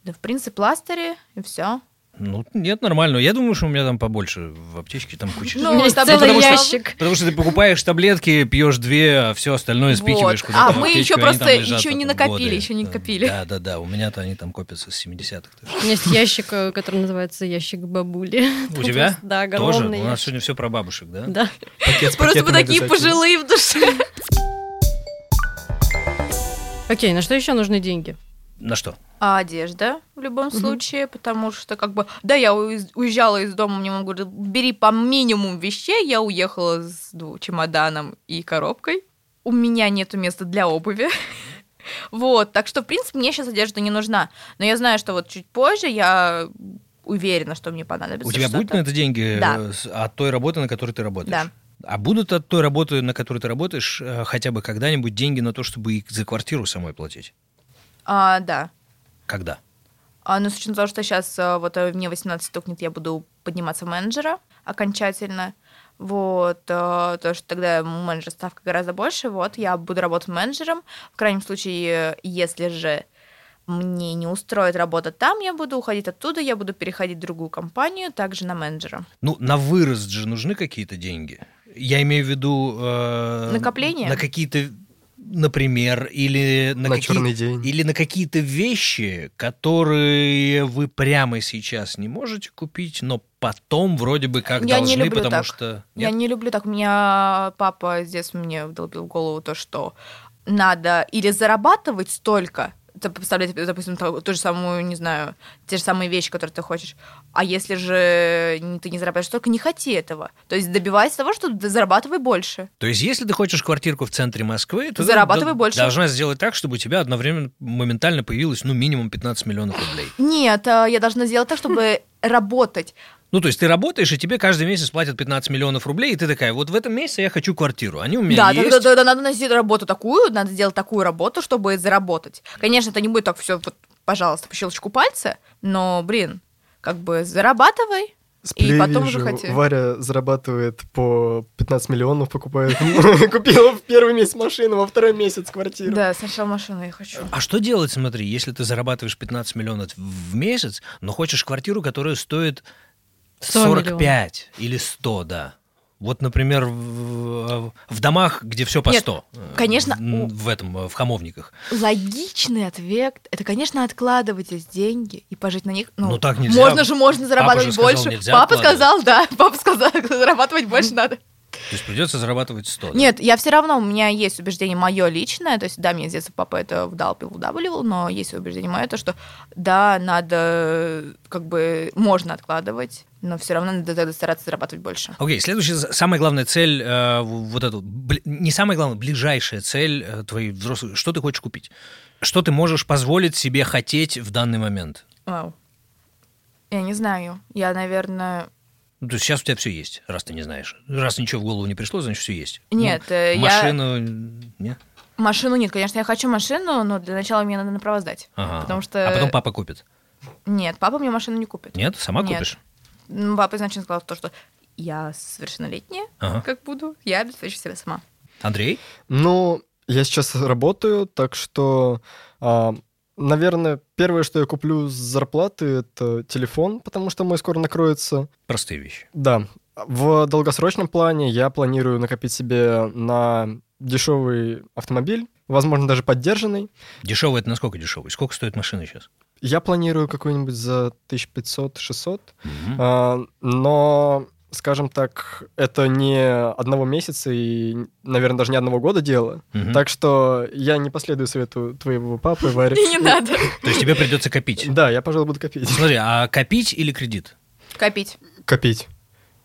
Speaker 3: Да, в принципе, пластыри и все.
Speaker 1: Ну, нет, нормально. Я думаю, что у меня там побольше в аптечке там куча.
Speaker 3: Ну,
Speaker 2: У меня есть
Speaker 3: там
Speaker 2: целый
Speaker 1: потому что-
Speaker 2: ящик.
Speaker 1: Потому что ты покупаешь таблетки, пьешь две, а все остальное спихиваешь
Speaker 3: Вот.
Speaker 1: куда-то
Speaker 3: А
Speaker 1: в
Speaker 3: мы
Speaker 1: аптечку, и
Speaker 3: еще
Speaker 1: они
Speaker 3: просто
Speaker 1: там лежат
Speaker 3: еще не
Speaker 1: потом
Speaker 3: накопили,
Speaker 1: годы.
Speaker 3: еще не накопили.
Speaker 1: Да, да, да. У меня-то они там копятся с
Speaker 3: [LAUGHS]
Speaker 1: 70-х. даже.
Speaker 2: У меня есть ящик, э, который называется ящик бабули.
Speaker 1: [LAUGHS] У тебя?
Speaker 2: Да,
Speaker 1: Тоже?
Speaker 2: огромный.
Speaker 1: У нас
Speaker 2: ящик.
Speaker 1: сегодня все про бабушек, да?
Speaker 2: Да.
Speaker 4: Пакет с
Speaker 3: Просто вы
Speaker 4: пакетами
Speaker 3: такие
Speaker 4: обязательно.
Speaker 3: пожилые в душе.
Speaker 2: Окей, на что еще нужны деньги?
Speaker 1: На что?
Speaker 3: А одежда в любом
Speaker 2: Мгм.
Speaker 3: случае, потому что как бы, да, я уез- уезжала из дома, мне мама говорит, бери по минимуму вещей, я уехала с дву- чемоданом и коробкой. У меня нету места для обуви. [LAUGHS] Вот, так что, в принципе, мне сейчас одежда не нужна. Но я знаю, что вот чуть позже я уверена, что мне понадобится
Speaker 1: У тебя
Speaker 3: что-то.
Speaker 1: будут на это деньги
Speaker 3: Да.
Speaker 1: э, с- от той работы, на которой ты работаешь?
Speaker 3: Да.
Speaker 1: А будут от той работы, на которой ты работаешь, э, хотя бы когда-нибудь деньги на то, чтобы и за квартиру самой платить?
Speaker 3: А, да.
Speaker 1: Когда?
Speaker 3: А, ну, с учетом того, что сейчас вот э, мне 18 стукнет, я буду подниматься в менеджера окончательно. Вот, э, то, что тогда менеджер ставка гораздо больше, вот, я буду работать менеджером. В крайнем случае, э, если же мне не устроит работа там, я буду уходить оттуда, я буду переходить в другую компанию, также на менеджера.
Speaker 1: Ну, на вырост же нужны какие-то деньги. Я имею в виду... э,
Speaker 3: Накопления?
Speaker 1: На какие-то, например, или на,
Speaker 4: На
Speaker 1: какие-
Speaker 4: черный день.
Speaker 1: Или на какие-то вещи, которые вы прямо сейчас не можете купить, но потом вроде бы как
Speaker 3: Я не
Speaker 1: должны,
Speaker 3: люблю
Speaker 1: потому
Speaker 3: так.
Speaker 1: что...
Speaker 3: Я не люблю так. У меня папа с детства мне вдолбил в голову то, что надо или зарабатывать столько, это представлять, допустим, ту, ту же самую, не знаю, те же самые вещи, которые ты хочешь. А если же не- ты не зарабатываешь столько, не хоти этого. То есть добивайся того, что ты зарабатывай больше.
Speaker 1: То есть, если ты хочешь квартирку в центре Москвы, то ты
Speaker 3: Зарабатывай
Speaker 1: до-
Speaker 3: больше.
Speaker 1: должна сделать так, чтобы у тебя одновременно моментально появилось ну минимум 15 миллионов рублей.
Speaker 3: Нет, а я должна сделать так, чтобы [LAUGHS] работать.
Speaker 1: Ну, то есть ты работаешь, и тебе каждый месяц платят 15 миллионов рублей, и ты такая, вот в этом месяце я хочу квартиру. Они у меня
Speaker 3: Да,
Speaker 1: есть.
Speaker 3: тогда, тогда надо найти работу такую, надо сделать такую работу, чтобы заработать. Конечно, это не будет так все, вот, пожалуйста, по щелчку пальца, но, блин, как бы зарабатывай.
Speaker 4: Сплю
Speaker 3: и потом
Speaker 4: вижу,
Speaker 3: уже хотели.
Speaker 4: Варя зарабатывает по 15 миллионов, покупает. [LAUGHS] Купила в первый месяц машину, во второй месяц квартиру.
Speaker 3: Да, сначала машину я хочу.
Speaker 1: А что делать, смотри, если ты зарабатываешь 15 миллионов в месяц, но хочешь квартиру, которая стоит
Speaker 2: 100
Speaker 1: 45 или 100, да. Вот, например, в, в домах, где все по
Speaker 3: Нет,
Speaker 1: 100.
Speaker 3: конечно, у-
Speaker 1: В, в этом, э, в хамовниках.
Speaker 3: Логичный ответ это, конечно, откладывать эти деньги и пожить на них. Ну,
Speaker 1: Ну, так нельзя.
Speaker 3: Можно же, можно зарабатывать
Speaker 1: сказал,
Speaker 3: больше.
Speaker 1: нельзя
Speaker 3: папа
Speaker 1: откладывать.
Speaker 3: сказал, да, [LAUGHS] папа сказал, зарабатывать больше надо.
Speaker 1: То есть придется зарабатывать 100. да?
Speaker 3: Нет, я все равно, у меня есть убеждение мое личное, то есть, да, мне с детства папа это вдалпил, вдавливал, но есть убеждение мое, то, что, да, надо, как бы, можно откладывать, но все равно надо тогда стараться зарабатывать больше.
Speaker 1: Окей, следующая, за- самая главная цель, э, в- вот эту, бли- не самая главная, ближайшая цель э, твоей взрослой, что ты хочешь купить? Что ты можешь позволить себе хотеть в данный момент?
Speaker 3: Вау. Я не знаю, я, наверное...
Speaker 1: Ну, то есть сейчас у тебя все есть, раз ты не знаешь. Раз ничего в голову не пришло, значит, все есть.
Speaker 3: Нет, э,
Speaker 1: Ну,
Speaker 3: я...
Speaker 1: машину... Нет?
Speaker 3: Машину нет, конечно, я хочу машину, но для начала мне надо на права сдать.
Speaker 1: Ага.
Speaker 3: Потому что...
Speaker 1: А потом папа купит.
Speaker 3: Нет, папа мне машину не купит.
Speaker 1: Нет? Сама
Speaker 3: Нет.
Speaker 1: купишь?
Speaker 3: Ну, Папа изначально сказал то, что я совершеннолетняя,
Speaker 1: Ага.
Speaker 3: как буду, я обеспечу себя сама.
Speaker 1: Андрей?
Speaker 4: Ну, я сейчас работаю, так что, а, наверное, первое, что я куплю с зарплаты, это телефон, потому что мой скоро накроется.
Speaker 1: Простые вещи.
Speaker 4: Да. В долгосрочном плане я планирую накопить себе на дешевый автомобиль, возможно, даже поддержанный.
Speaker 1: Дешевый это насколько дешевый? Сколько стоит машина сейчас?
Speaker 4: Я планирую какую-нибудь за 1500-600, а, но, скажем так, это не одного месяца и, наверное, даже не одного года дело.
Speaker 1: Мгм.
Speaker 4: Так что я не последую совету твоего папы, Варя.
Speaker 3: И [LAUGHS] не надо
Speaker 1: То есть тебе придется копить.
Speaker 4: Да, я, пожалуй, буду копить.
Speaker 1: Смотри, а копить или кредит?
Speaker 3: копить.
Speaker 4: Копить.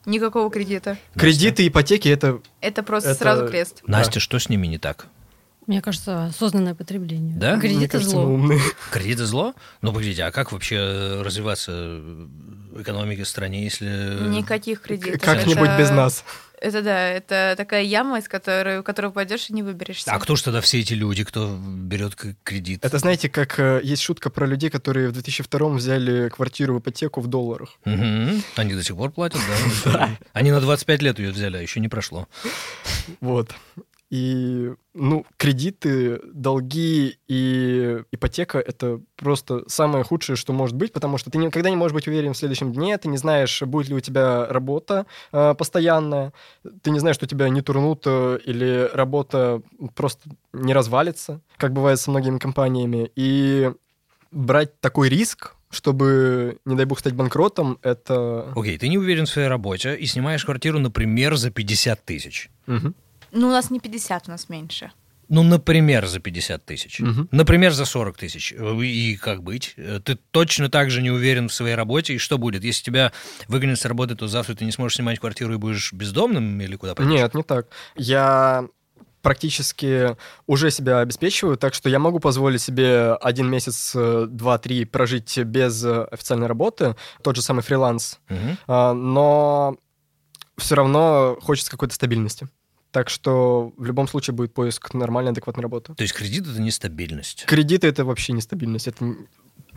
Speaker 3: Никакого кредита.
Speaker 1: Ну,
Speaker 4: Кредиты, ипотеки — это...
Speaker 3: Это просто
Speaker 4: Это-
Speaker 3: сразу крест.
Speaker 1: Настя, что с ними не так?
Speaker 2: Мне кажется, осознанное потребление.
Speaker 3: А
Speaker 1: Да?
Speaker 4: мне
Speaker 2: Кредиты
Speaker 4: кажется, мы
Speaker 2: зло.
Speaker 4: умные.
Speaker 1: Кредит и зло? Ну, погодите, а как вообще развиваться экономике в стране, если...
Speaker 3: Никаких кредитов.
Speaker 4: Как-нибудь
Speaker 3: Это-
Speaker 4: без нас.
Speaker 3: Это да, это такая яма, из которой, в которую пойдешь и не выберешься.
Speaker 1: А кто же тогда все эти люди, кто берет к- кредит?
Speaker 4: Это, знаете, как э, есть шутка про людей, которые в 2002 взяли квартиру в ипотеку в долларах.
Speaker 1: Мгм. Они до сих пор платят, да? Они на 25 лет ее взяли, а еще не прошло.
Speaker 4: Вот. И, ну, кредиты, долги и ипотека — это просто самое худшее, что может быть, потому что ты никогда не можешь быть уверен в следующем дне, ты не знаешь, будет ли у тебя работа э, постоянная, ты не знаешь, что тебя не турнут э, или работа просто не развалится, как бывает со многими компаниями. И брать такой риск, чтобы, не дай бог, стать банкротом, это...
Speaker 1: Окей, ты не уверен в своей работе и снимаешь квартиру, например, за 50 тысяч.
Speaker 4: Мгм.
Speaker 3: Ну, у нас не 50, у нас меньше.
Speaker 1: Ну, например, за 50 тысяч.
Speaker 4: Мгм.
Speaker 1: Например, за 40 тысяч. Э, И как быть? Э, Ты точно так же не уверен в своей работе. И что будет? Если тебя выгонят с работы, то завтра ты не сможешь снимать квартиру и будешь бездомным или куда пойдешь?
Speaker 4: Нет, не так. Я практически уже себя обеспечиваю, так что я могу позволить себе один месяц, э, два-три прожить без э, официальной работы, тот же самый фриланс,
Speaker 1: Мгм.
Speaker 4: А, но все равно хочется какой-то стабильности. Так что в любом случае будет поиск нормальной, адекватной работы.
Speaker 1: То есть кредит — это нестабильность.
Speaker 4: Кредиты — это вообще нестабильность, это н-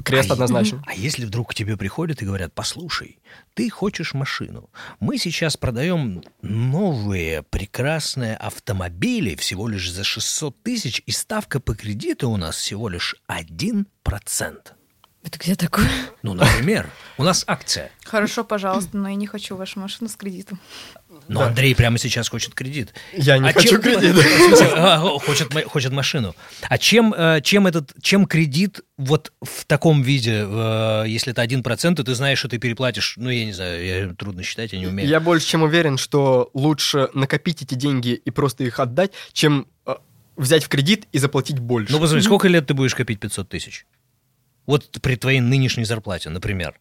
Speaker 4: крест
Speaker 1: А е-
Speaker 4: однозначно.
Speaker 1: А если вдруг к тебе приходят и говорят, послушай, ты хочешь машину, мы сейчас продаем новые прекрасные автомобили всего лишь за 600 тысяч, и ставка по кредиту у нас всего лишь 1%.
Speaker 2: Это где такое? [LAUGHS]
Speaker 1: Ну, например, у нас акция.
Speaker 3: Хорошо, пожалуйста, но я не хочу вашу машину с кредитом.
Speaker 1: Но
Speaker 4: Да.
Speaker 1: Андрей прямо сейчас хочет кредит.
Speaker 4: Я не
Speaker 1: А
Speaker 4: хочу
Speaker 1: чем- [LAUGHS]
Speaker 4: кредит.
Speaker 1: Слушайте, а, о, Хочет, ма- хочет машину. А чем, э, чем, этот, чем кредит вот в таком виде, э, если это 1%, то ты знаешь, что ты переплатишь, ну, я не знаю, я трудно считать, я не умею.
Speaker 4: Я больше чем уверен, что лучше накопить эти деньги и просто их отдать, чем э, взять в кредит и заплатить больше.
Speaker 1: Ну, посмотри, сколько лет ты будешь копить 500 тысяч? Вот при твоей нынешней зарплате, например.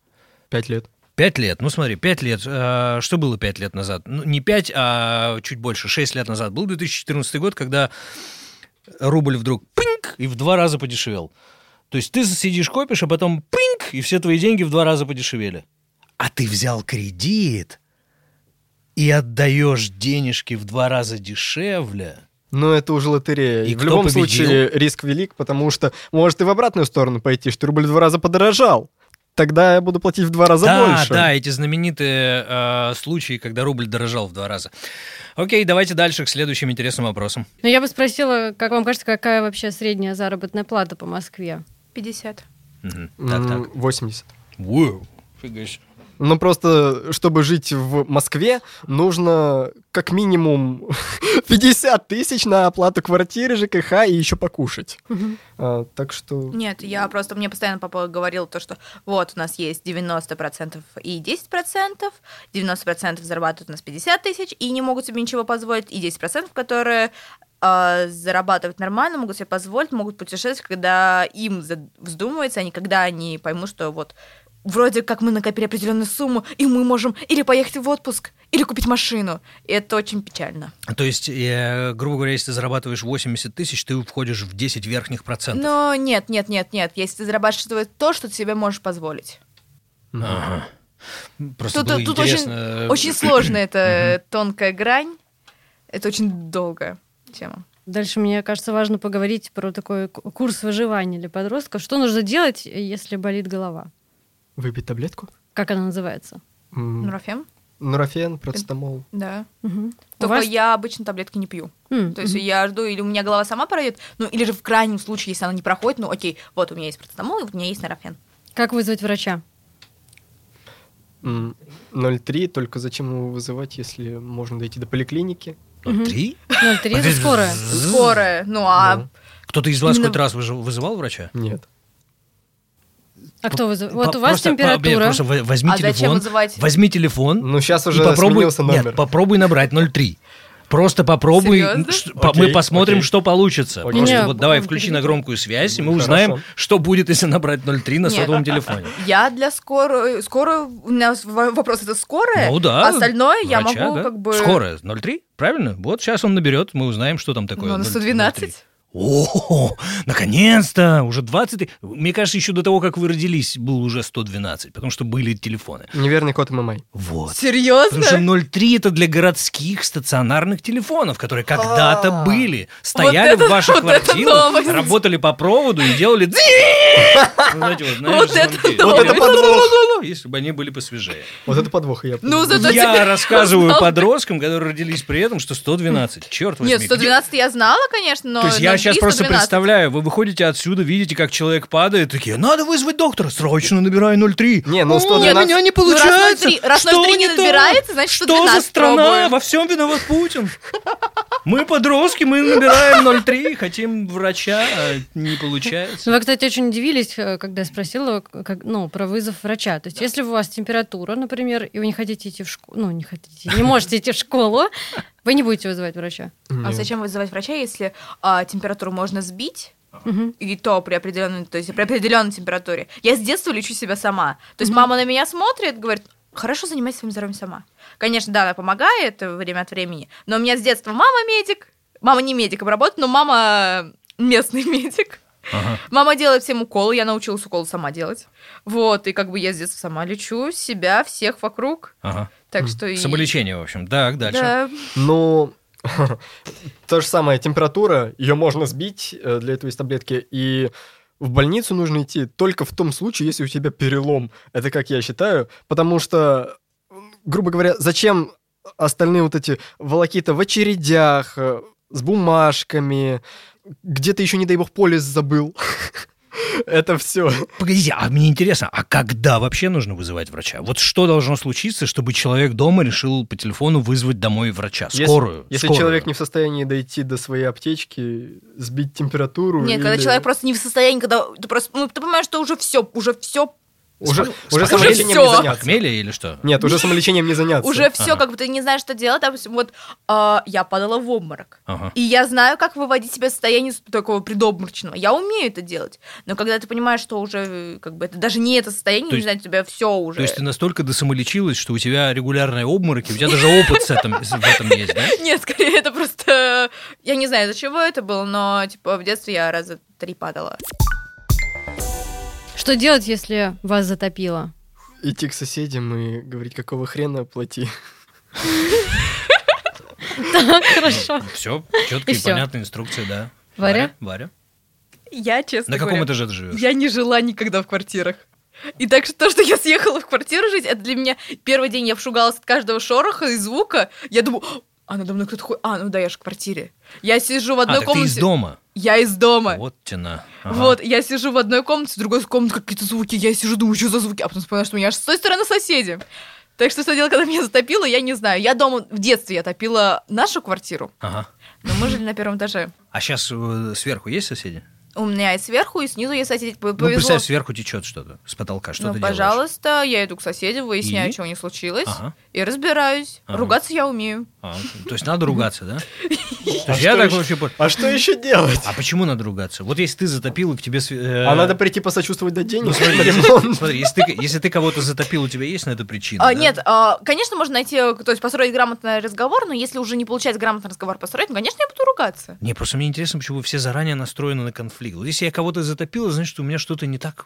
Speaker 4: Пять лет.
Speaker 1: Пять лет, ну смотри, пять лет, э, что было пять лет назад? Ну, не пять, а чуть больше, шесть лет назад. Был 2014 год, когда рубль вдруг пинг и в два раза подешевел. То есть ты сидишь, копишь, а потом пинг, и все твои деньги в два раза подешевели. А ты взял кредит и отдаешь денежки в два раза дешевле.
Speaker 4: Ну, это уже лотерея.
Speaker 1: И
Speaker 4: в
Speaker 1: кто
Speaker 4: любом
Speaker 1: победил?
Speaker 4: случае риск велик, потому что может и в обратную сторону пойти, что рубль в два раза подорожал. тогда я буду платить в два раза
Speaker 1: да,
Speaker 4: больше.
Speaker 1: Да, эти знаменитые э, случаи, когда рубль дорожал в два раза. Окей, давайте дальше к следующим интересным вопросам.
Speaker 2: Ну, я бы спросила, как вам кажется, какая вообще средняя заработная плата по Москве?
Speaker 3: 50.
Speaker 1: Мгм. Так, так.
Speaker 4: М, 80.
Speaker 1: Воу, фига себе.
Speaker 4: Ну, просто, чтобы жить в Москве, нужно как минимум [LAUGHS] 50 тысяч на оплату квартиры, ЖКХ и еще покушать. А, так что...
Speaker 3: Нет, я просто, мне постоянно папа говорил то, что вот у нас есть 90% и 10%, 90% зарабатывают у нас 50 тысяч и не могут себе ничего позволить, и 10%, которые э, зарабатывают нормально, могут себе позволить, могут путешествовать, когда им за- вздумается, а не когда они поймут, что вот вроде как мы накопили определенную сумму, и мы можем или поехать в отпуск, или купить машину. И это очень печально.
Speaker 1: То есть, э, грубо говоря, если ты зарабатываешь 80 тысяч, ты входишь в 10 верхних процентов.
Speaker 3: Но нет, нет, нет, нет. Если ты зарабатываешь то, что ты себе можешь позволить.
Speaker 1: Ага. Просто
Speaker 3: Тут-
Speaker 1: было
Speaker 3: тут очень-
Speaker 1: интересно.
Speaker 3: Очень
Speaker 1: [CLEARS THROAT]
Speaker 3: сложно это тонкая грань. Это очень долгая тема.
Speaker 2: Дальше, мне кажется, важно поговорить про такой к- курс выживания для подростков. Что нужно делать, если болит голова?
Speaker 4: Выпить таблетку?
Speaker 2: Как она называется?
Speaker 4: М,
Speaker 3: Нурофен?
Speaker 4: Нурофен, процетамол.
Speaker 3: Да.
Speaker 2: Мгм. У
Speaker 3: Только
Speaker 2: вас-
Speaker 3: я обычно таблетки не пью.
Speaker 2: М,
Speaker 3: То есть
Speaker 2: мгм.
Speaker 3: я жду, или у меня голова сама пройдет, ну или же в крайнем случае, если она не проходит, ну окей, вот у меня есть процетамол, и вот у меня есть нурофен.
Speaker 2: Как
Speaker 1: [LAUGHS]
Speaker 2: вызвать врача?
Speaker 4: М, 0,3, только зачем его вызывать, если можно дойти до поликлиники?
Speaker 2: Мгм.
Speaker 1: Э, Три?
Speaker 2: 0,3 это
Speaker 1: Подожди,
Speaker 2: скорая.
Speaker 1: з-
Speaker 3: Скорая. Ну а
Speaker 4: Ну,
Speaker 1: Кто-то из вас
Speaker 3: Именно-
Speaker 1: хоть раз выж- вызывал врача?
Speaker 4: Нет.
Speaker 2: А кто вызывает? Вот
Speaker 1: По-
Speaker 2: у вас
Speaker 1: просто- по- блин,
Speaker 2: температура.
Speaker 1: Просто в- возьми
Speaker 3: а зачем
Speaker 1: телефон.
Speaker 3: вызывать?
Speaker 1: Возьми телефон.
Speaker 4: Ну, сейчас
Speaker 1: и
Speaker 4: уже
Speaker 1: попробуй,
Speaker 4: сменился номер.
Speaker 1: Нет, попробуй набрать 03. Просто попробуй,
Speaker 3: Серьезно?
Speaker 1: ш- по-
Speaker 4: Окей,
Speaker 1: мы посмотрим,
Speaker 4: окей.
Speaker 1: что получится.
Speaker 4: Окей.
Speaker 1: Просто
Speaker 2: Не,
Speaker 1: вот давай
Speaker 2: б-
Speaker 1: включи на громкую связь, и мы
Speaker 4: Хорошо.
Speaker 1: узнаем, что будет, если набрать 03 на
Speaker 3: Нет.
Speaker 1: сотовом телефоне.
Speaker 3: Я для скорой, скорую, у меня в- вопрос это скорая,
Speaker 1: Ну да.
Speaker 3: а остальное я
Speaker 1: Врача,
Speaker 3: могу
Speaker 1: да.
Speaker 3: как бы...
Speaker 1: Скорая, 03, правильно? Вот сейчас он наберет, мы узнаем, что там такое.
Speaker 3: Ну, на
Speaker 1: 0,3.
Speaker 3: 112.
Speaker 1: О, наконец-то! Уже 20... Мне кажется, еще до того, как вы родились, был уже 112, потому что были телефоны.
Speaker 4: Неверный код ММА.
Speaker 1: Вот.
Speaker 3: Серьезно?
Speaker 1: Потому что 03 это для городских стационарных телефонов, которые когда-то
Speaker 4: А.
Speaker 1: были, стояли
Speaker 3: это-
Speaker 1: в ваших
Speaker 3: вот это
Speaker 1: квартирах,
Speaker 3: новость. работали
Speaker 1: работали по проводу и
Speaker 3: [LAUGHS]
Speaker 1: делали... Вот
Speaker 3: Вот это
Speaker 4: Вот это подвох!
Speaker 1: Если бы они были посвежее.
Speaker 4: Вот это подвох, и я
Speaker 3: Ну,
Speaker 4: понял.
Speaker 3: зато теперь
Speaker 1: Я рассказываю
Speaker 3: узнал.
Speaker 1: подросткам, которые родились при этом, что 112. Черт возьми.
Speaker 3: Нет, 112 я знала, конечно, но...
Speaker 1: То есть я
Speaker 3: 03,
Speaker 1: сейчас просто
Speaker 3: 112.
Speaker 1: представляю, вы выходите отсюда, видите, как человек падает, такие, надо вызвать доктора, срочно набирай 03.
Speaker 4: Не, ну,
Speaker 1: «О,
Speaker 4: 112
Speaker 1: меня не
Speaker 3: Ну, раз
Speaker 1: получается.
Speaker 3: 03 раз
Speaker 1: Что
Speaker 3: 03 не
Speaker 1: не то?
Speaker 3: набирается, значит,
Speaker 1: Что за
Speaker 3: 112
Speaker 1: страна?
Speaker 3: пробуем.
Speaker 1: Во всем виноват Путин. Мы подростки, мы набираем 03, хотим врача, а не
Speaker 2: Ну,
Speaker 1: получается.
Speaker 2: Вы, кстати, очень удивились, э, когда я спросила как, ну, про вызов врача. То есть, если у вас температура, например, и вы не хотите идти в школу, ну, не хотите, не можете идти в школу, вы не будете вызывать врача.
Speaker 3: А
Speaker 4: Нет.
Speaker 3: зачем вызывать врача, если а, температуру можно сбить?
Speaker 2: Мгм.
Speaker 3: И то при определенной, то есть при определенной температуре. Я с детства лечу себя сама. То есть мама на меня смотрит, говорит, хорошо занимайся своим здоровьем сама. Конечно, да, она помогает э, время от времени, но у меня с детства мама медик, мама не медиком работает, но мама местный [LAUGHS] медик.
Speaker 1: Ага.
Speaker 3: Мама делает всем уколы, я научилась уколы сама делать. Вот, и как бы я с детства сама лечу себя, всех вокруг.
Speaker 1: Ага.
Speaker 3: Так
Speaker 4: Мгм.
Speaker 3: что и...
Speaker 1: Самолечение, в общем. Так, дальше.
Speaker 3: Да.
Speaker 4: Ну, [LAUGHS] то же самое, температура, ее можно сбить, э, для этого есть таблетки, и в больницу нужно идти только в том случае, если у тебя перелом. Это как я считаю, потому что, м, грубо говоря, зачем остальные вот эти волокита в очередях, э, с бумажками, где-то еще, не дай бог, полис забыл. [LAUGHS] Это все.
Speaker 1: Погодите, а мне интересно, а когда вообще нужно вызывать врача? Вот что должно случиться, чтобы человек дома решил по телефону вызвать домой врача?
Speaker 4: Если-
Speaker 1: Скорую.
Speaker 4: Если
Speaker 1: скорую.
Speaker 4: человек не в состоянии дойти до своей аптечки, сбить температуру.
Speaker 3: Нет, когда
Speaker 4: или-
Speaker 3: человек просто не в состоянии, когда ты просто, ну, ты понимаешь, что уже все, уже все,
Speaker 4: Уже,
Speaker 1: Спо-
Speaker 4: уже
Speaker 1: спо-
Speaker 4: самолечением
Speaker 3: уже
Speaker 4: не
Speaker 3: всё.
Speaker 4: заняться.
Speaker 1: Похмелье А или что?
Speaker 4: Нет, уже самолечением не заняться.
Speaker 3: уже все,
Speaker 1: Ага.
Speaker 3: как бы ты не знаешь, что делать. Допустим, вот а, я падала в обморок.
Speaker 1: Ага.
Speaker 3: И я знаю, как выводить себя из состояния с- такого предобморочного. Я умею это делать. Но когда ты понимаешь, что уже, э, как бы, это даже не это состояние,
Speaker 1: То
Speaker 3: не
Speaker 1: есть-
Speaker 3: знаю, у тебя все уже.
Speaker 1: То есть ты настолько досамолечилась, что у тебя регулярные обмороки, у тебя даже опыт с этим, с- в этом есть, да?
Speaker 3: Нет, [LAUGHS] скорее, это просто... Я не знаю, из-за чего это было, но, типа, в детстве я раза три падала.
Speaker 2: Что делать, если вас затопило? [LAUGHS]
Speaker 4: Идти к соседям и говорить, какого хрена плати.
Speaker 3: Ну
Speaker 1: Ну,
Speaker 2: Хорошо.
Speaker 1: Все, четкие,
Speaker 2: И всё.
Speaker 1: понятные инструкции, да.
Speaker 2: Варя?
Speaker 1: Варя?
Speaker 3: Я, честно
Speaker 1: На каком
Speaker 3: говоря,
Speaker 1: этаже ты живешь?
Speaker 3: я не жила никогда в квартирах. И так что то, что я съехала в квартиру жить, это для меня первый день я вшугалась от каждого шороха и звука. Я думаю, «О, а надо мной кто-то ходит. А, ну да, я же в квартире. Я сижу в
Speaker 1: А,
Speaker 3: одной
Speaker 1: так ты
Speaker 3: комнате.
Speaker 1: из дома.
Speaker 3: Я из дома.
Speaker 1: Вот тяна. Ага.
Speaker 3: Вот, я сижу в одной комнате, в другой комнате какие-то звуки, я сижу, думаю, что за звуки, а потом вспоминаю, что у меня аж с той стороны соседи. Так что что делать, когда меня затопило, я не знаю. Я дома, в детстве я топила нашу квартиру,
Speaker 1: Ага.
Speaker 3: но мы жили на первом этаже.
Speaker 1: А сейчас сверху есть соседи?
Speaker 3: У меня и сверху, и снизу есть соседи, П-
Speaker 1: Ну,
Speaker 3: повезло.
Speaker 1: представь, сверху течет что-то с потолка. Что
Speaker 3: Ну,
Speaker 1: ты
Speaker 3: пожалуйста, я иду к соседям, выясняю,
Speaker 1: И?
Speaker 3: что у них случилось,
Speaker 1: делаешь? Ага.
Speaker 3: и разбираюсь.
Speaker 1: Ага.
Speaker 3: Ругаться я умею.
Speaker 1: А, то есть надо ругаться,
Speaker 3: [LAUGHS]
Speaker 1: да? То
Speaker 4: А
Speaker 1: есть я
Speaker 4: что
Speaker 1: так
Speaker 4: ещё-
Speaker 1: вообще... по-
Speaker 4: А что еще делать?
Speaker 1: А почему надо ругаться? Вот если ты затопил, и к тебе... св- э,
Speaker 4: А надо прийти посочувствовать до
Speaker 1: Ну,
Speaker 4: денег. [LAUGHS]
Speaker 1: смотри,
Speaker 4: на
Speaker 1: если,
Speaker 4: ремонт.
Speaker 1: [LAUGHS] смотри, если ты, если ты кого-то затопил, у тебя есть на это причина?
Speaker 3: А,
Speaker 1: да?
Speaker 3: Нет, а, конечно, можно найти, то есть построить грамотный разговор, но если уже не получается грамотный разговор построить, ну, конечно, я буду ругаться.
Speaker 1: Не, просто мне интересно, почему вы все заранее настроены на конфликт. Вот если я кого-то затопил, значит, у меня что-то не так...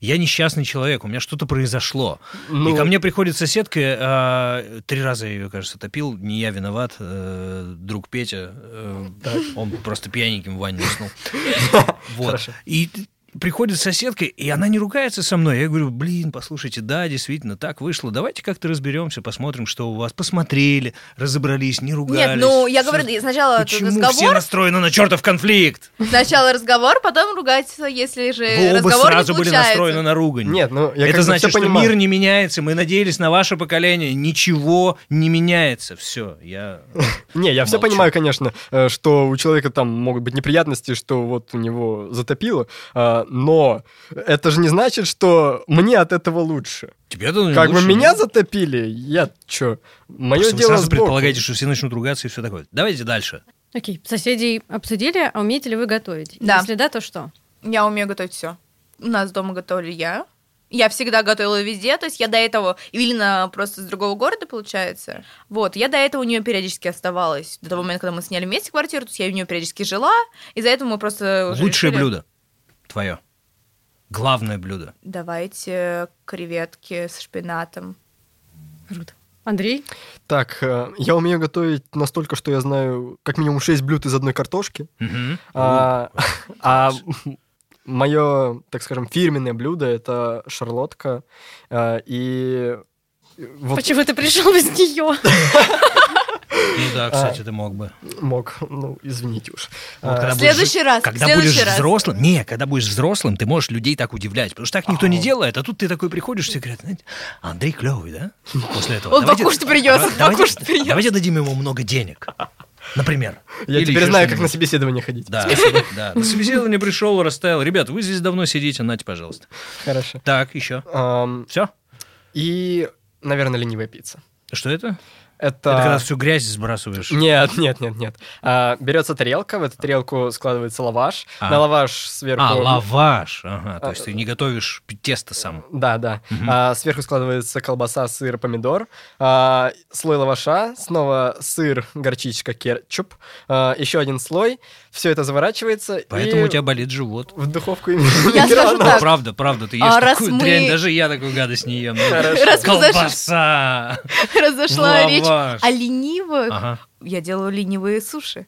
Speaker 1: Я несчастный человек, у меня что-то произошло.
Speaker 4: Ну,
Speaker 1: И ко мне приходит соседка, э, три раза я ее, кажется, топил, не я виноват, э, друг Петя, э, он просто пьяненьким в ванне
Speaker 4: [LAUGHS]
Speaker 1: уснул. Вот.
Speaker 4: Хорошо.
Speaker 1: И т- приходит соседка, и она не ругается со мной. Я говорю, блин, послушайте, да, действительно, так вышло. Давайте как-то разберемся, посмотрим, что у вас. Посмотрели, разобрались, не ругались.
Speaker 3: Нет, ну, я
Speaker 1: Всё-
Speaker 3: говорю, сначала этот
Speaker 1: Почему все
Speaker 3: разговор,
Speaker 1: настроены на чертов конфликт?
Speaker 3: Сначала разговор, потом ругаться, если же
Speaker 1: Вы оба
Speaker 3: Э, разговор
Speaker 1: сразу
Speaker 3: не
Speaker 1: были
Speaker 3: получается.
Speaker 1: настроены на ругань.
Speaker 4: Нет, ну я
Speaker 1: это
Speaker 4: как бы
Speaker 1: значит,
Speaker 4: все
Speaker 1: что
Speaker 4: понимаю.
Speaker 1: мир не меняется. Мы надеялись на ваше поколение. Ничего не меняется. Все, я...
Speaker 4: Не, я все
Speaker 1: Молчу.
Speaker 4: понимаю, конечно, э, что у человека там могут быть неприятности, что вот у него затопило, а, но это же не значит, что мне от этого лучше.
Speaker 1: Тебе это
Speaker 4: как бы
Speaker 1: лучше,
Speaker 4: меня
Speaker 1: нет?
Speaker 4: затопили, я что, мое
Speaker 1: Просто вы
Speaker 4: дело
Speaker 1: сразу
Speaker 4: сбоку.
Speaker 1: предполагаете, что все начнут ругаться и все такое. Давайте дальше.
Speaker 2: Окей, соседей обсудили, а умеете ли вы готовить?
Speaker 3: Да.
Speaker 2: Если да, то что?
Speaker 3: Я умею готовить все. У нас дома готовлю я. Я всегда готовила везде, то есть я до этого... Ирина просто с другого города, получается. Вот, я до этого у нее периодически оставалась. До того момента, когда мы сняли вместе квартиру, то есть я у нее периодически жила. И за это мы просто... уже
Speaker 1: Лучшее
Speaker 3: решили,
Speaker 1: блюдо. Твое. Главное блюдо.
Speaker 3: Давайте креветки с шпинатом.
Speaker 2: Круто. Андрей?
Speaker 4: Так, э, я умею готовить настолько, что я знаю как минимум 6 блюд из одной картошки.
Speaker 1: Мгм.
Speaker 4: А, [LAUGHS] а
Speaker 1: класс.
Speaker 4: мое, так скажем, фирменное блюдо это шарлотка. э, И вот
Speaker 2: Почему ты пришел из
Speaker 1: [LAUGHS]
Speaker 2: нее?
Speaker 1: Ну
Speaker 4: а,
Speaker 1: да, кстати, ты мог бы.
Speaker 4: мог, ну извините уж.
Speaker 1: Ну, Вот
Speaker 4: А,
Speaker 1: когда
Speaker 3: в
Speaker 1: будешь-
Speaker 3: следующий раз, в
Speaker 1: Когда
Speaker 3: следующий
Speaker 1: будешь
Speaker 3: раз.
Speaker 1: взрослым, не, когда будешь взрослым, ты можешь людей так удивлять, потому что так никто не делает, а тут ты такой приходишь, все говорят, «Знаете, Андрей клевый, да? После этого.
Speaker 3: Он
Speaker 1: «Давайте-
Speaker 3: покушать принёс, он
Speaker 1: давайте-
Speaker 3: покушать принёс».
Speaker 1: Давайте дадим ему много денег, например.
Speaker 4: Я
Speaker 1: Или
Speaker 4: теперь
Speaker 1: ещё
Speaker 4: знаю, как на
Speaker 1: что-нибудь.
Speaker 4: собеседование ходить.
Speaker 1: Да, [LAUGHS] да. На собеседование пришел, расставил. Ребят, вы здесь давно сидите, нате, пожалуйста.
Speaker 4: [LAUGHS] Хорошо.
Speaker 1: Так, еще.
Speaker 4: Ам,
Speaker 1: Все?
Speaker 4: И, наверное, ленивая пицца.
Speaker 1: Что это?
Speaker 4: Это...
Speaker 1: Это когда всю грязь сбрасываешь.
Speaker 4: Нет, нет, нет, нет. А, берется тарелка, в эту тарелку складывается лаваш.
Speaker 1: А.
Speaker 4: На лаваш сверху...
Speaker 1: А, лаваш. Ага, то
Speaker 4: А,
Speaker 1: есть ты не готовишь п- тесто сам.
Speaker 4: Да, да.
Speaker 1: Мгм.
Speaker 4: А, сверху складывается колбаса, сыр, помидор. А, слой лаваша, снова сыр, горчичка, кетчуп. А, еще один слой. Все это заворачивается. и
Speaker 1: Поэтому у тебя болит живот.
Speaker 4: В духовку и
Speaker 3: Я скажу
Speaker 4: микроволновку.
Speaker 3: так.
Speaker 1: Ну, Правда, правда, ты ешь
Speaker 3: А раз
Speaker 1: такую
Speaker 3: мы-
Speaker 1: дрянь, даже я такую гадость не ем. Ну,
Speaker 4: Хорошо.
Speaker 3: Раз-
Speaker 1: Колбаса!
Speaker 3: [LAUGHS]
Speaker 1: ну, а
Speaker 3: Разошла речь
Speaker 1: Лаваш.
Speaker 3: о ленивых.
Speaker 1: Ага.
Speaker 3: Я делаю ленивые суши.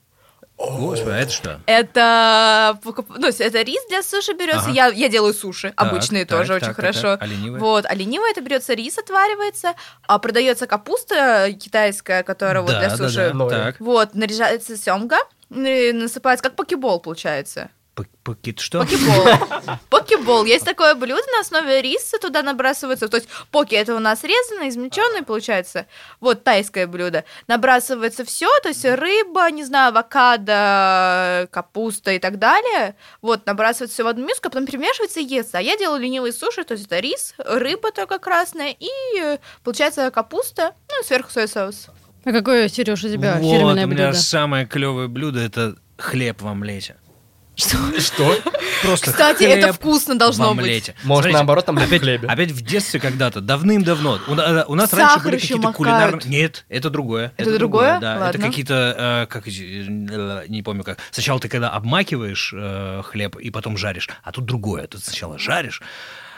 Speaker 1: Господи, а это что?
Speaker 3: Это, покуп- ну, это рис для суши берется.
Speaker 1: Ага.
Speaker 3: Я, я делаю суши, обычные
Speaker 1: Так,
Speaker 3: тоже
Speaker 1: так,
Speaker 3: очень
Speaker 1: так,
Speaker 3: хорошо.
Speaker 1: так. А ленивые?
Speaker 3: Вот, а ленивая это берется рис, отваривается, а продается капуста э, китайская, которая вот
Speaker 1: Да,
Speaker 3: для
Speaker 1: да,
Speaker 3: суши.
Speaker 1: да,
Speaker 4: Ноль.
Speaker 1: Так.
Speaker 3: Вот, наряжается семга, и насыпается, как покебол получается.
Speaker 1: Пак- Пакет что?
Speaker 3: Покебол.
Speaker 1: [LAUGHS]
Speaker 3: Покебол. Есть такое блюдо на основе риса, туда набрасывается, то есть поки это у нас резанный,
Speaker 1: А.
Speaker 3: измельченный получается, вот тайское блюдо. Набрасывается все, то есть рыба, не знаю, авокадо, капуста и так далее. Вот, набрасывается все в одну миску, а потом перемешивается и естся. А я делаю ленивые суши, то есть это рис, рыба только красная и э, получается капуста, ну и сверху соевый соус.
Speaker 2: А какое, Сереж, у тебя
Speaker 1: вот,
Speaker 2: фирменное
Speaker 1: у меня
Speaker 2: блюдо?
Speaker 1: самое клевое блюдо это хлеб в омлете.
Speaker 4: Что?
Speaker 1: Просто
Speaker 3: Кстати,
Speaker 1: хлеб
Speaker 3: это вкусно
Speaker 1: в
Speaker 3: должно быть.
Speaker 1: омлете.
Speaker 4: Может,
Speaker 1: Смотрите,
Speaker 4: наоборот, там будет в
Speaker 1: опять,
Speaker 4: хлебе.
Speaker 1: опять в детстве когда-то, давным-давно. У, на- у нас
Speaker 3: Сахар
Speaker 1: раньше были
Speaker 3: еще
Speaker 1: какие-то
Speaker 3: макают.
Speaker 1: кулинарные... Нет, это другое.
Speaker 3: Это другое?
Speaker 1: Да, это
Speaker 3: Ладно.
Speaker 1: какие-то, э, как, эти, э, не помню как. Сначала ты когда обмакиваешь э, хлеб и потом жаришь, а тут другое. Тут сначала жаришь,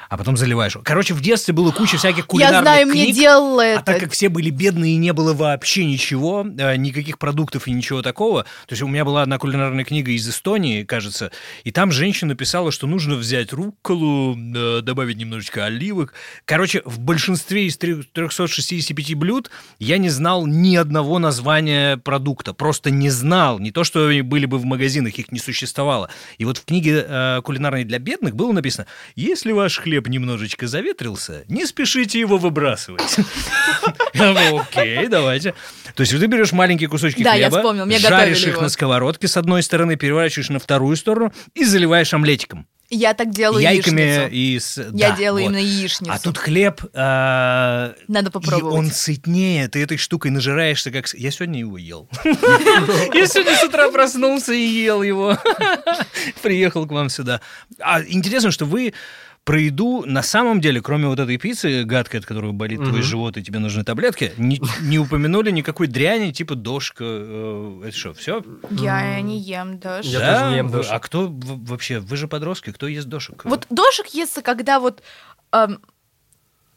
Speaker 1: а потом заливаешь. Короче, в детстве было куча всяких кулинарных
Speaker 3: Я знаю, мне
Speaker 1: книг.
Speaker 3: делала
Speaker 1: А так
Speaker 3: это.
Speaker 1: как все были бедные и не было вообще ничего, э, никаких продуктов и ничего такого, то есть у меня была одна кулинарная книга из Эстонии, кажется, и там женщина писала, что нужно взять рукколу, э, добавить немножечко оливок. Короче, в большинстве из три- 365 блюд я не знал ни одного названия продукта, просто не знал, не то, что они были бы в магазинах, их не существовало. И вот в книге э, кулинарной для бедных было написано, если ваш хлеб немножечко заветрился, не спешите его выбрасывать. Я говорю, Окей, давайте. То есть ты берешь маленькие кусочки
Speaker 3: Да, я
Speaker 1: хлеба,
Speaker 3: вспомнил, мне
Speaker 1: жаришь
Speaker 3: готовили
Speaker 1: их
Speaker 3: его.
Speaker 1: на сковородке с одной стороны, переворачиваешь на вторую сторону и заливаешь омлетиком.
Speaker 3: Я так делаю
Speaker 1: Яйками
Speaker 3: яичницу.
Speaker 1: и... с-
Speaker 3: Я
Speaker 1: да,
Speaker 3: делаю
Speaker 1: вот.
Speaker 3: именно яичницу.
Speaker 1: А тут хлеб... э,
Speaker 3: Надо попробовать.
Speaker 1: И он сытнее, ты этой штукой нажираешься, как... с- Я сегодня его ел. [LAUGHS] Я сегодня с утра проснулся и ел его. [LAUGHS] Приехал к вам сюда. А интересно, что вы про еду на самом деле, кроме вот этой пиццы гадкой, от которой болит твой
Speaker 4: Мгм.
Speaker 1: живот и тебе нужны таблетки, не, не упомянули никакой дряни типа дошка. э, это что, все?
Speaker 3: Я не ем даже.
Speaker 4: Я тоже не ем дошек.
Speaker 1: А кто в- вообще? Вы же подростки, кто ест дошек?
Speaker 3: Вот дошик естся, когда вот... эм,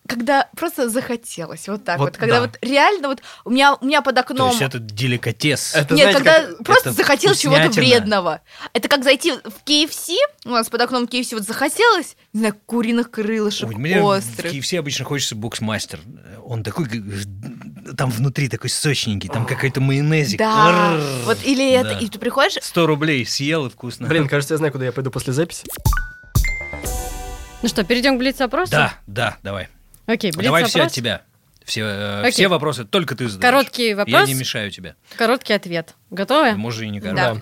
Speaker 3: когда просто захотелось, вот так
Speaker 1: Вот
Speaker 3: вот.
Speaker 1: да.
Speaker 3: Когда вот реально вот у меня, у меня под
Speaker 1: То
Speaker 3: окном...
Speaker 1: есть это деликатес.
Speaker 4: Это,
Speaker 3: Нет,
Speaker 4: знаете,
Speaker 3: когда
Speaker 4: как-
Speaker 3: просто
Speaker 1: это
Speaker 3: захотелось чего-то
Speaker 1: вкуснятина.
Speaker 3: вредного. Это как зайти в KFC, у нас под окном KFC вот захотелось, не знаю, куриных крылышек
Speaker 1: Ой, мне
Speaker 3: острых.
Speaker 1: в KFC обычно хочется боксмастер. Он такой, как- там внутри такой сочненький, там какой-то майонезик.
Speaker 3: Да,
Speaker 1: Рррр.
Speaker 3: вот или это,
Speaker 1: Да.
Speaker 3: и ты приходишь,
Speaker 1: 100 рублей съел и вкусно.
Speaker 4: Блин, кажется, я знаю, куда я пойду после записи.
Speaker 2: Ну что, перейдем к блиц-опросу?
Speaker 1: Да, да, давай.
Speaker 2: Окей,
Speaker 1: Давай все от
Speaker 2: блиц-опрос.
Speaker 1: тебя. Все, э,
Speaker 2: Окей.
Speaker 1: все вопросы только ты задаешь.
Speaker 2: Короткий
Speaker 1: Я
Speaker 2: вопрос,
Speaker 1: не мешаю тебе.
Speaker 2: короткий ответ. Готовы?
Speaker 1: Может, и не
Speaker 3: Да.
Speaker 1: короткий.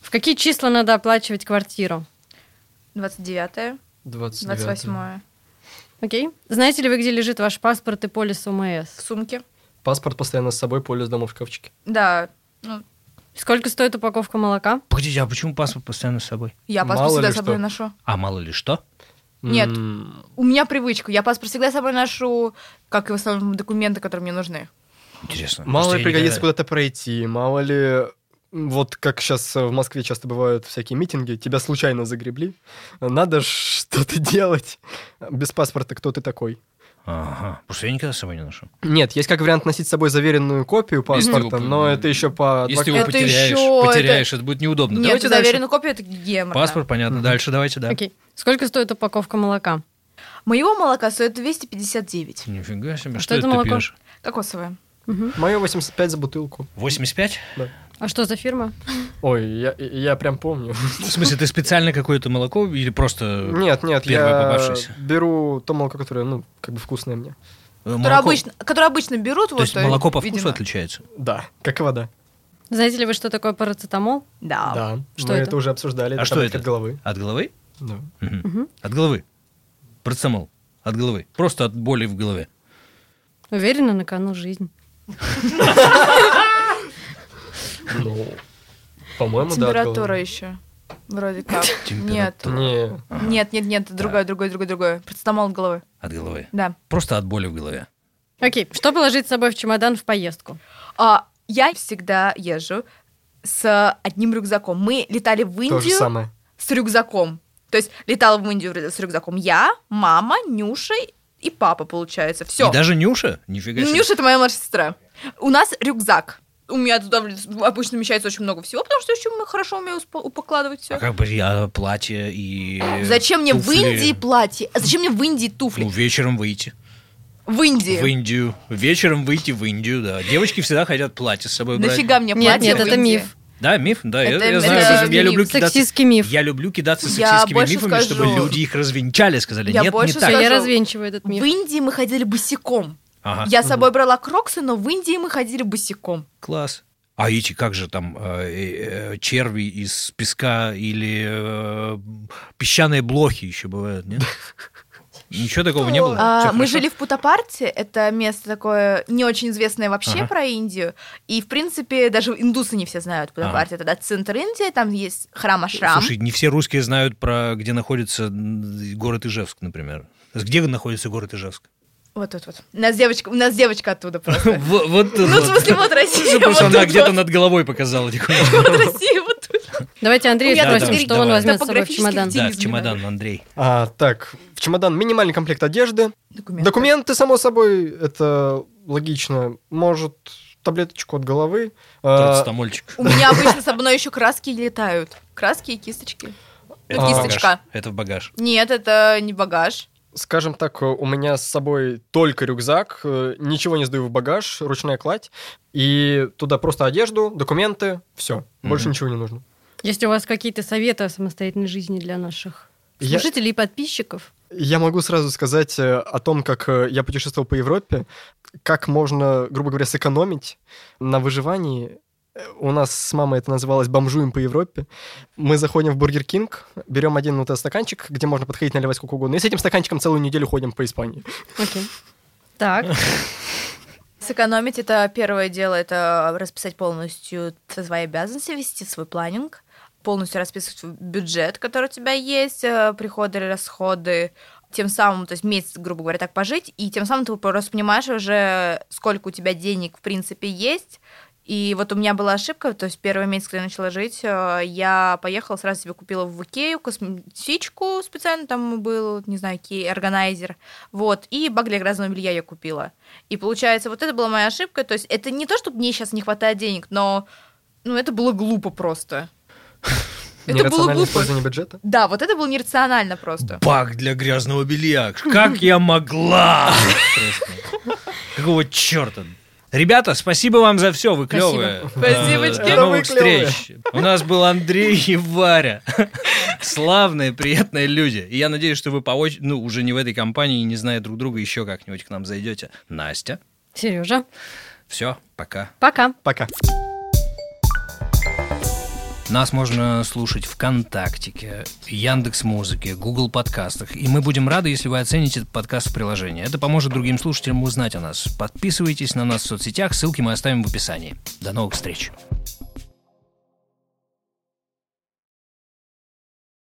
Speaker 2: В какие числа надо оплачивать квартиру?
Speaker 3: 29
Speaker 4: 29.
Speaker 3: 28
Speaker 2: Окей. Знаете ли вы, где лежит ваш паспорт и полис
Speaker 3: в
Speaker 2: ОМС?
Speaker 3: сумке.
Speaker 4: Паспорт постоянно с собой, полис дома в шкафчике.
Speaker 3: Да, ну,
Speaker 2: Сколько стоит упаковка молока?
Speaker 1: Погодите, а почему паспорт постоянно с собой?
Speaker 3: я паспорт
Speaker 4: Мало
Speaker 3: всегда
Speaker 4: ли
Speaker 3: с собой
Speaker 4: что.
Speaker 3: ношу.
Speaker 1: А мало ли что?
Speaker 3: Нет.
Speaker 4: М,
Speaker 3: У меня привычка, я паспорт всегда с собой ношу, как и в основном документы, которые мне нужны.
Speaker 1: Интересно.
Speaker 4: Мало
Speaker 1: Просто
Speaker 4: ли
Speaker 1: я
Speaker 4: пригодится
Speaker 1: никогда-
Speaker 4: куда-то пройти, мало ли... м, Вот как сейчас в Москве часто бывают всякие митинги, тебя случайно загребли. Надо ж что-то делать. Без паспорта кто ты такой?
Speaker 1: Ага. Просто я никогда с собой не ношу.
Speaker 4: Нет, есть как вариант носить с собой заверенную копию
Speaker 1: Если
Speaker 4: паспорта,
Speaker 1: его-
Speaker 4: но это еще по...
Speaker 1: Если его
Speaker 3: Это
Speaker 1: потеряешь,
Speaker 3: ещё,
Speaker 1: потеряешь, это... будет неудобно.
Speaker 3: Нет,
Speaker 1: Ну, давайте дальше.
Speaker 3: заверенную копию это геморно.
Speaker 1: Паспорт, понятно.
Speaker 4: Мгм.
Speaker 1: Дальше давайте, да.
Speaker 2: Окей. Сколько стоит упаковка молока?
Speaker 3: Моего молока стоит 259.
Speaker 1: Нифига себе, что
Speaker 2: А что
Speaker 1: это
Speaker 2: это
Speaker 1: ты
Speaker 2: молоко?
Speaker 1: пьешь?
Speaker 3: Кокосовое.
Speaker 4: Мое 85 за бутылку.
Speaker 1: 85?
Speaker 2: А что за фирма?
Speaker 4: Ой, я, я прям помню.
Speaker 1: В смысле, ты специально какое-то молоко или просто...
Speaker 4: Нет, нет,
Speaker 1: Первое
Speaker 4: я
Speaker 1: попавшееся.
Speaker 4: беру то молоко, которое, ну, как бы вкусное мне.
Speaker 1: э,
Speaker 3: Которое
Speaker 1: молоко-
Speaker 3: обычно, которое обычно берут.
Speaker 1: То
Speaker 3: вот, э,
Speaker 1: есть молоко по
Speaker 3: видимо.
Speaker 1: вкусу отличается?
Speaker 4: Да, как и вода.
Speaker 2: Знаете ли вы, что такое парацетамол?
Speaker 3: Да.
Speaker 4: Да,
Speaker 2: А Что
Speaker 4: мы
Speaker 2: это?
Speaker 4: это? уже обсуждали.
Speaker 1: А что это?
Speaker 4: таблетка От головы.
Speaker 1: От головы?
Speaker 4: Да.
Speaker 1: Мгм.
Speaker 2: Мгм.
Speaker 1: От головы. Процетамол. От головы. Просто от боли в голове.
Speaker 2: Уверена, на кону жизнь.
Speaker 4: Ну, по-моему, да. от
Speaker 3: Температура
Speaker 4: головы.
Speaker 3: еще.
Speaker 1: [LAUGHS]
Speaker 3: Вроде как. Нет.
Speaker 1: Температура.
Speaker 4: Не,
Speaker 3: Нет, нет, нет, другое, другое, другое, другое. Процетамол от головы.
Speaker 1: От головы.
Speaker 3: Да.
Speaker 1: Просто от боли в голове.
Speaker 2: Окей. Что положить с собой в чемодан в поездку?
Speaker 3: А, я всегда езжу с одним рюкзаком. Мы летали в
Speaker 4: то же
Speaker 3: Индию
Speaker 4: самое.
Speaker 3: с рюкзаком. То есть летала в Индию с рюкзаком я, мама, Нюша и папа, получается. Все.
Speaker 1: И даже Нюша? Нифига себе.
Speaker 3: Нюша это моя младшая сестра. У нас рюкзак. У меня туда обычно вмещается очень много всего, потому что еще мы хорошо умею успо- упокладывать все.
Speaker 1: А как бы я платье и...
Speaker 3: Зачем мне в
Speaker 1: туфли?
Speaker 3: Индии платье? А зачем мне в Индии
Speaker 1: Ну,
Speaker 3: туфли?
Speaker 1: вечером выйти.
Speaker 3: В Индии.
Speaker 1: В Индию. Вечером выйти в Индию, да. Девочки всегда хотят платье с собой брать.
Speaker 3: Нафига мне
Speaker 2: Нет,
Speaker 3: платье?
Speaker 2: нет,
Speaker 3: в
Speaker 2: это
Speaker 3: Индии?
Speaker 2: миф.
Speaker 1: Да, миф, да. я-
Speaker 3: Это-
Speaker 1: я,
Speaker 3: это
Speaker 1: знаю,
Speaker 3: миф.
Speaker 1: я люблю кидаться...
Speaker 2: Сексистский миф.
Speaker 1: Я люблю кидаться
Speaker 3: Я
Speaker 1: сексистскими
Speaker 3: больше
Speaker 1: мифами, чтобы
Speaker 3: скажу.
Speaker 1: люди их развенчали, сказали,
Speaker 3: Я
Speaker 1: нет,
Speaker 3: больше
Speaker 1: не
Speaker 3: скажу.
Speaker 1: так.
Speaker 2: Я развенчиваю этот
Speaker 3: В
Speaker 2: миф.
Speaker 3: Индии мы ходили босиком.
Speaker 1: Ага.
Speaker 3: Я с собой брала кроксы, но в Индии мы ходили босиком.
Speaker 1: Класс. А эти, как же там, э, э, э, черви из песка или э, песчаные блохи еще бывают,
Speaker 3: [LAUGHS]
Speaker 1: нет? Ничего такого не было? э,
Speaker 3: А,
Speaker 1: Всё
Speaker 3: мы
Speaker 1: хорошо?
Speaker 3: жили в Путапарте, это место такое не очень известное вообще
Speaker 1: Ага.
Speaker 3: про Индию. И, в принципе, даже индусы не все знают Путапарте. Это да, центр Индии, там есть храм Ашрам.
Speaker 1: Слушай, не все русские знают про где находится м, город Ижевск, например. Где находится город Ижевск?
Speaker 3: Вот тут вот. У нас девочка, у нас девочка оттуда
Speaker 1: [LAUGHS]
Speaker 3: просто.
Speaker 1: Вот вот
Speaker 3: [LAUGHS] Ну, в
Speaker 1: вот.
Speaker 3: смысле, вот Россия,
Speaker 1: Просто
Speaker 3: вот
Speaker 1: она
Speaker 3: тут [LAUGHS]
Speaker 1: где-то
Speaker 3: вот.
Speaker 1: над головой показала. тихонько.
Speaker 3: Вот Россия, вот тут.
Speaker 2: Давайте
Speaker 1: Ну,
Speaker 2: Андрею
Speaker 1: я
Speaker 2: спросим,
Speaker 1: думаю,
Speaker 2: что он
Speaker 1: давай.
Speaker 2: возьмет с собой в
Speaker 3: Топографических
Speaker 2: чемодан.
Speaker 1: Да,
Speaker 3: Денис
Speaker 1: в чемодан, Андрей.
Speaker 4: А, так, в чемодан минимальный комплект одежды.
Speaker 3: Документы.
Speaker 4: Документы, само собой, это логично. Может, таблеточку от головы. А,
Speaker 1: Парацетамольчик.
Speaker 3: У меня обычно со мной еще краски летают. Краски и кисточки.
Speaker 1: Это в багаж.
Speaker 3: кисточка.
Speaker 1: Это в багаж.
Speaker 3: Нет, это не багаж.
Speaker 4: Скажем так, у меня с собой только рюкзак, э, ничего не сдаю в багаж, ручная кладь. И туда просто одежду, документы, все. Больше
Speaker 1: Мгм.
Speaker 4: ничего не нужно.
Speaker 2: Есть у вас какие-то советы о самостоятельной жизни для наших
Speaker 4: Я-
Speaker 2: слушателей и подписчиков?
Speaker 4: Я могу сразу сказать э, о том, как э, я путешествовал по Европе, как можно, грубо говоря, сэкономить на выживании. Э, У нас с мамой это называлось «бомжуем по Европе». Мы заходим в Бургер Кинг, берем один вот этот стаканчик, где можно подходить, наливать сколько угодно, и с этим стаканчиком целую неделю ходим по Испании.
Speaker 2: Окей.
Speaker 1: [LAUGHS]
Speaker 2: Так,
Speaker 3: Сэкономить это первое дело, это расписать полностью свои обязанности, вести свой планинг, полностью расписывать бюджет, который у тебя есть, э, приходы, расходы, тем самым, то есть месяц, грубо говоря, так пожить, и тем самым ты просто понимаешь уже, сколько у тебя денег, в принципе, есть, и вот у меня была ошибка, то есть первый месяц, когда я начала жить, э, я поехала, сразу себе купила в Икею косметичку специально, там был, не знаю, кей, органайзер, вот, и багли грязного белья я купила. И получается, вот это была моя ошибка, то есть это не то, что мне сейчас не хватает денег, но, ну, это было глупо просто. Это было
Speaker 4: Нерациональное
Speaker 3: глупо.
Speaker 4: использование бюджета.
Speaker 3: Да, вот это было нерационально просто.
Speaker 1: Бак для грязного белья. Как я могла? Просто. Какого черта? Ребята, спасибо вам за все, вы
Speaker 2: Спасибо.
Speaker 1: клевые.
Speaker 3: Спасибочки.
Speaker 1: До
Speaker 4: Да вы
Speaker 1: новых
Speaker 4: клевые.
Speaker 1: встреч. У нас был Андрей и Варя. Славные, приятные люди. И я надеюсь, что вы по оч- ну, уже не в этой компании, не зная друг друга, еще как-нибудь к нам зайдете. Настя,
Speaker 2: Сережа,
Speaker 1: все, пока.
Speaker 2: пока.
Speaker 4: Пока.
Speaker 1: Нас можно слушать ВКонтактике, Яндекс Музыке, Google Подкастах. И мы будем рады, если вы оцените этот подкаст в приложении. Это поможет другим слушателям узнать о нас. Подписывайтесь на нас в соцсетях, ссылки мы оставим в описании. До новых встреч!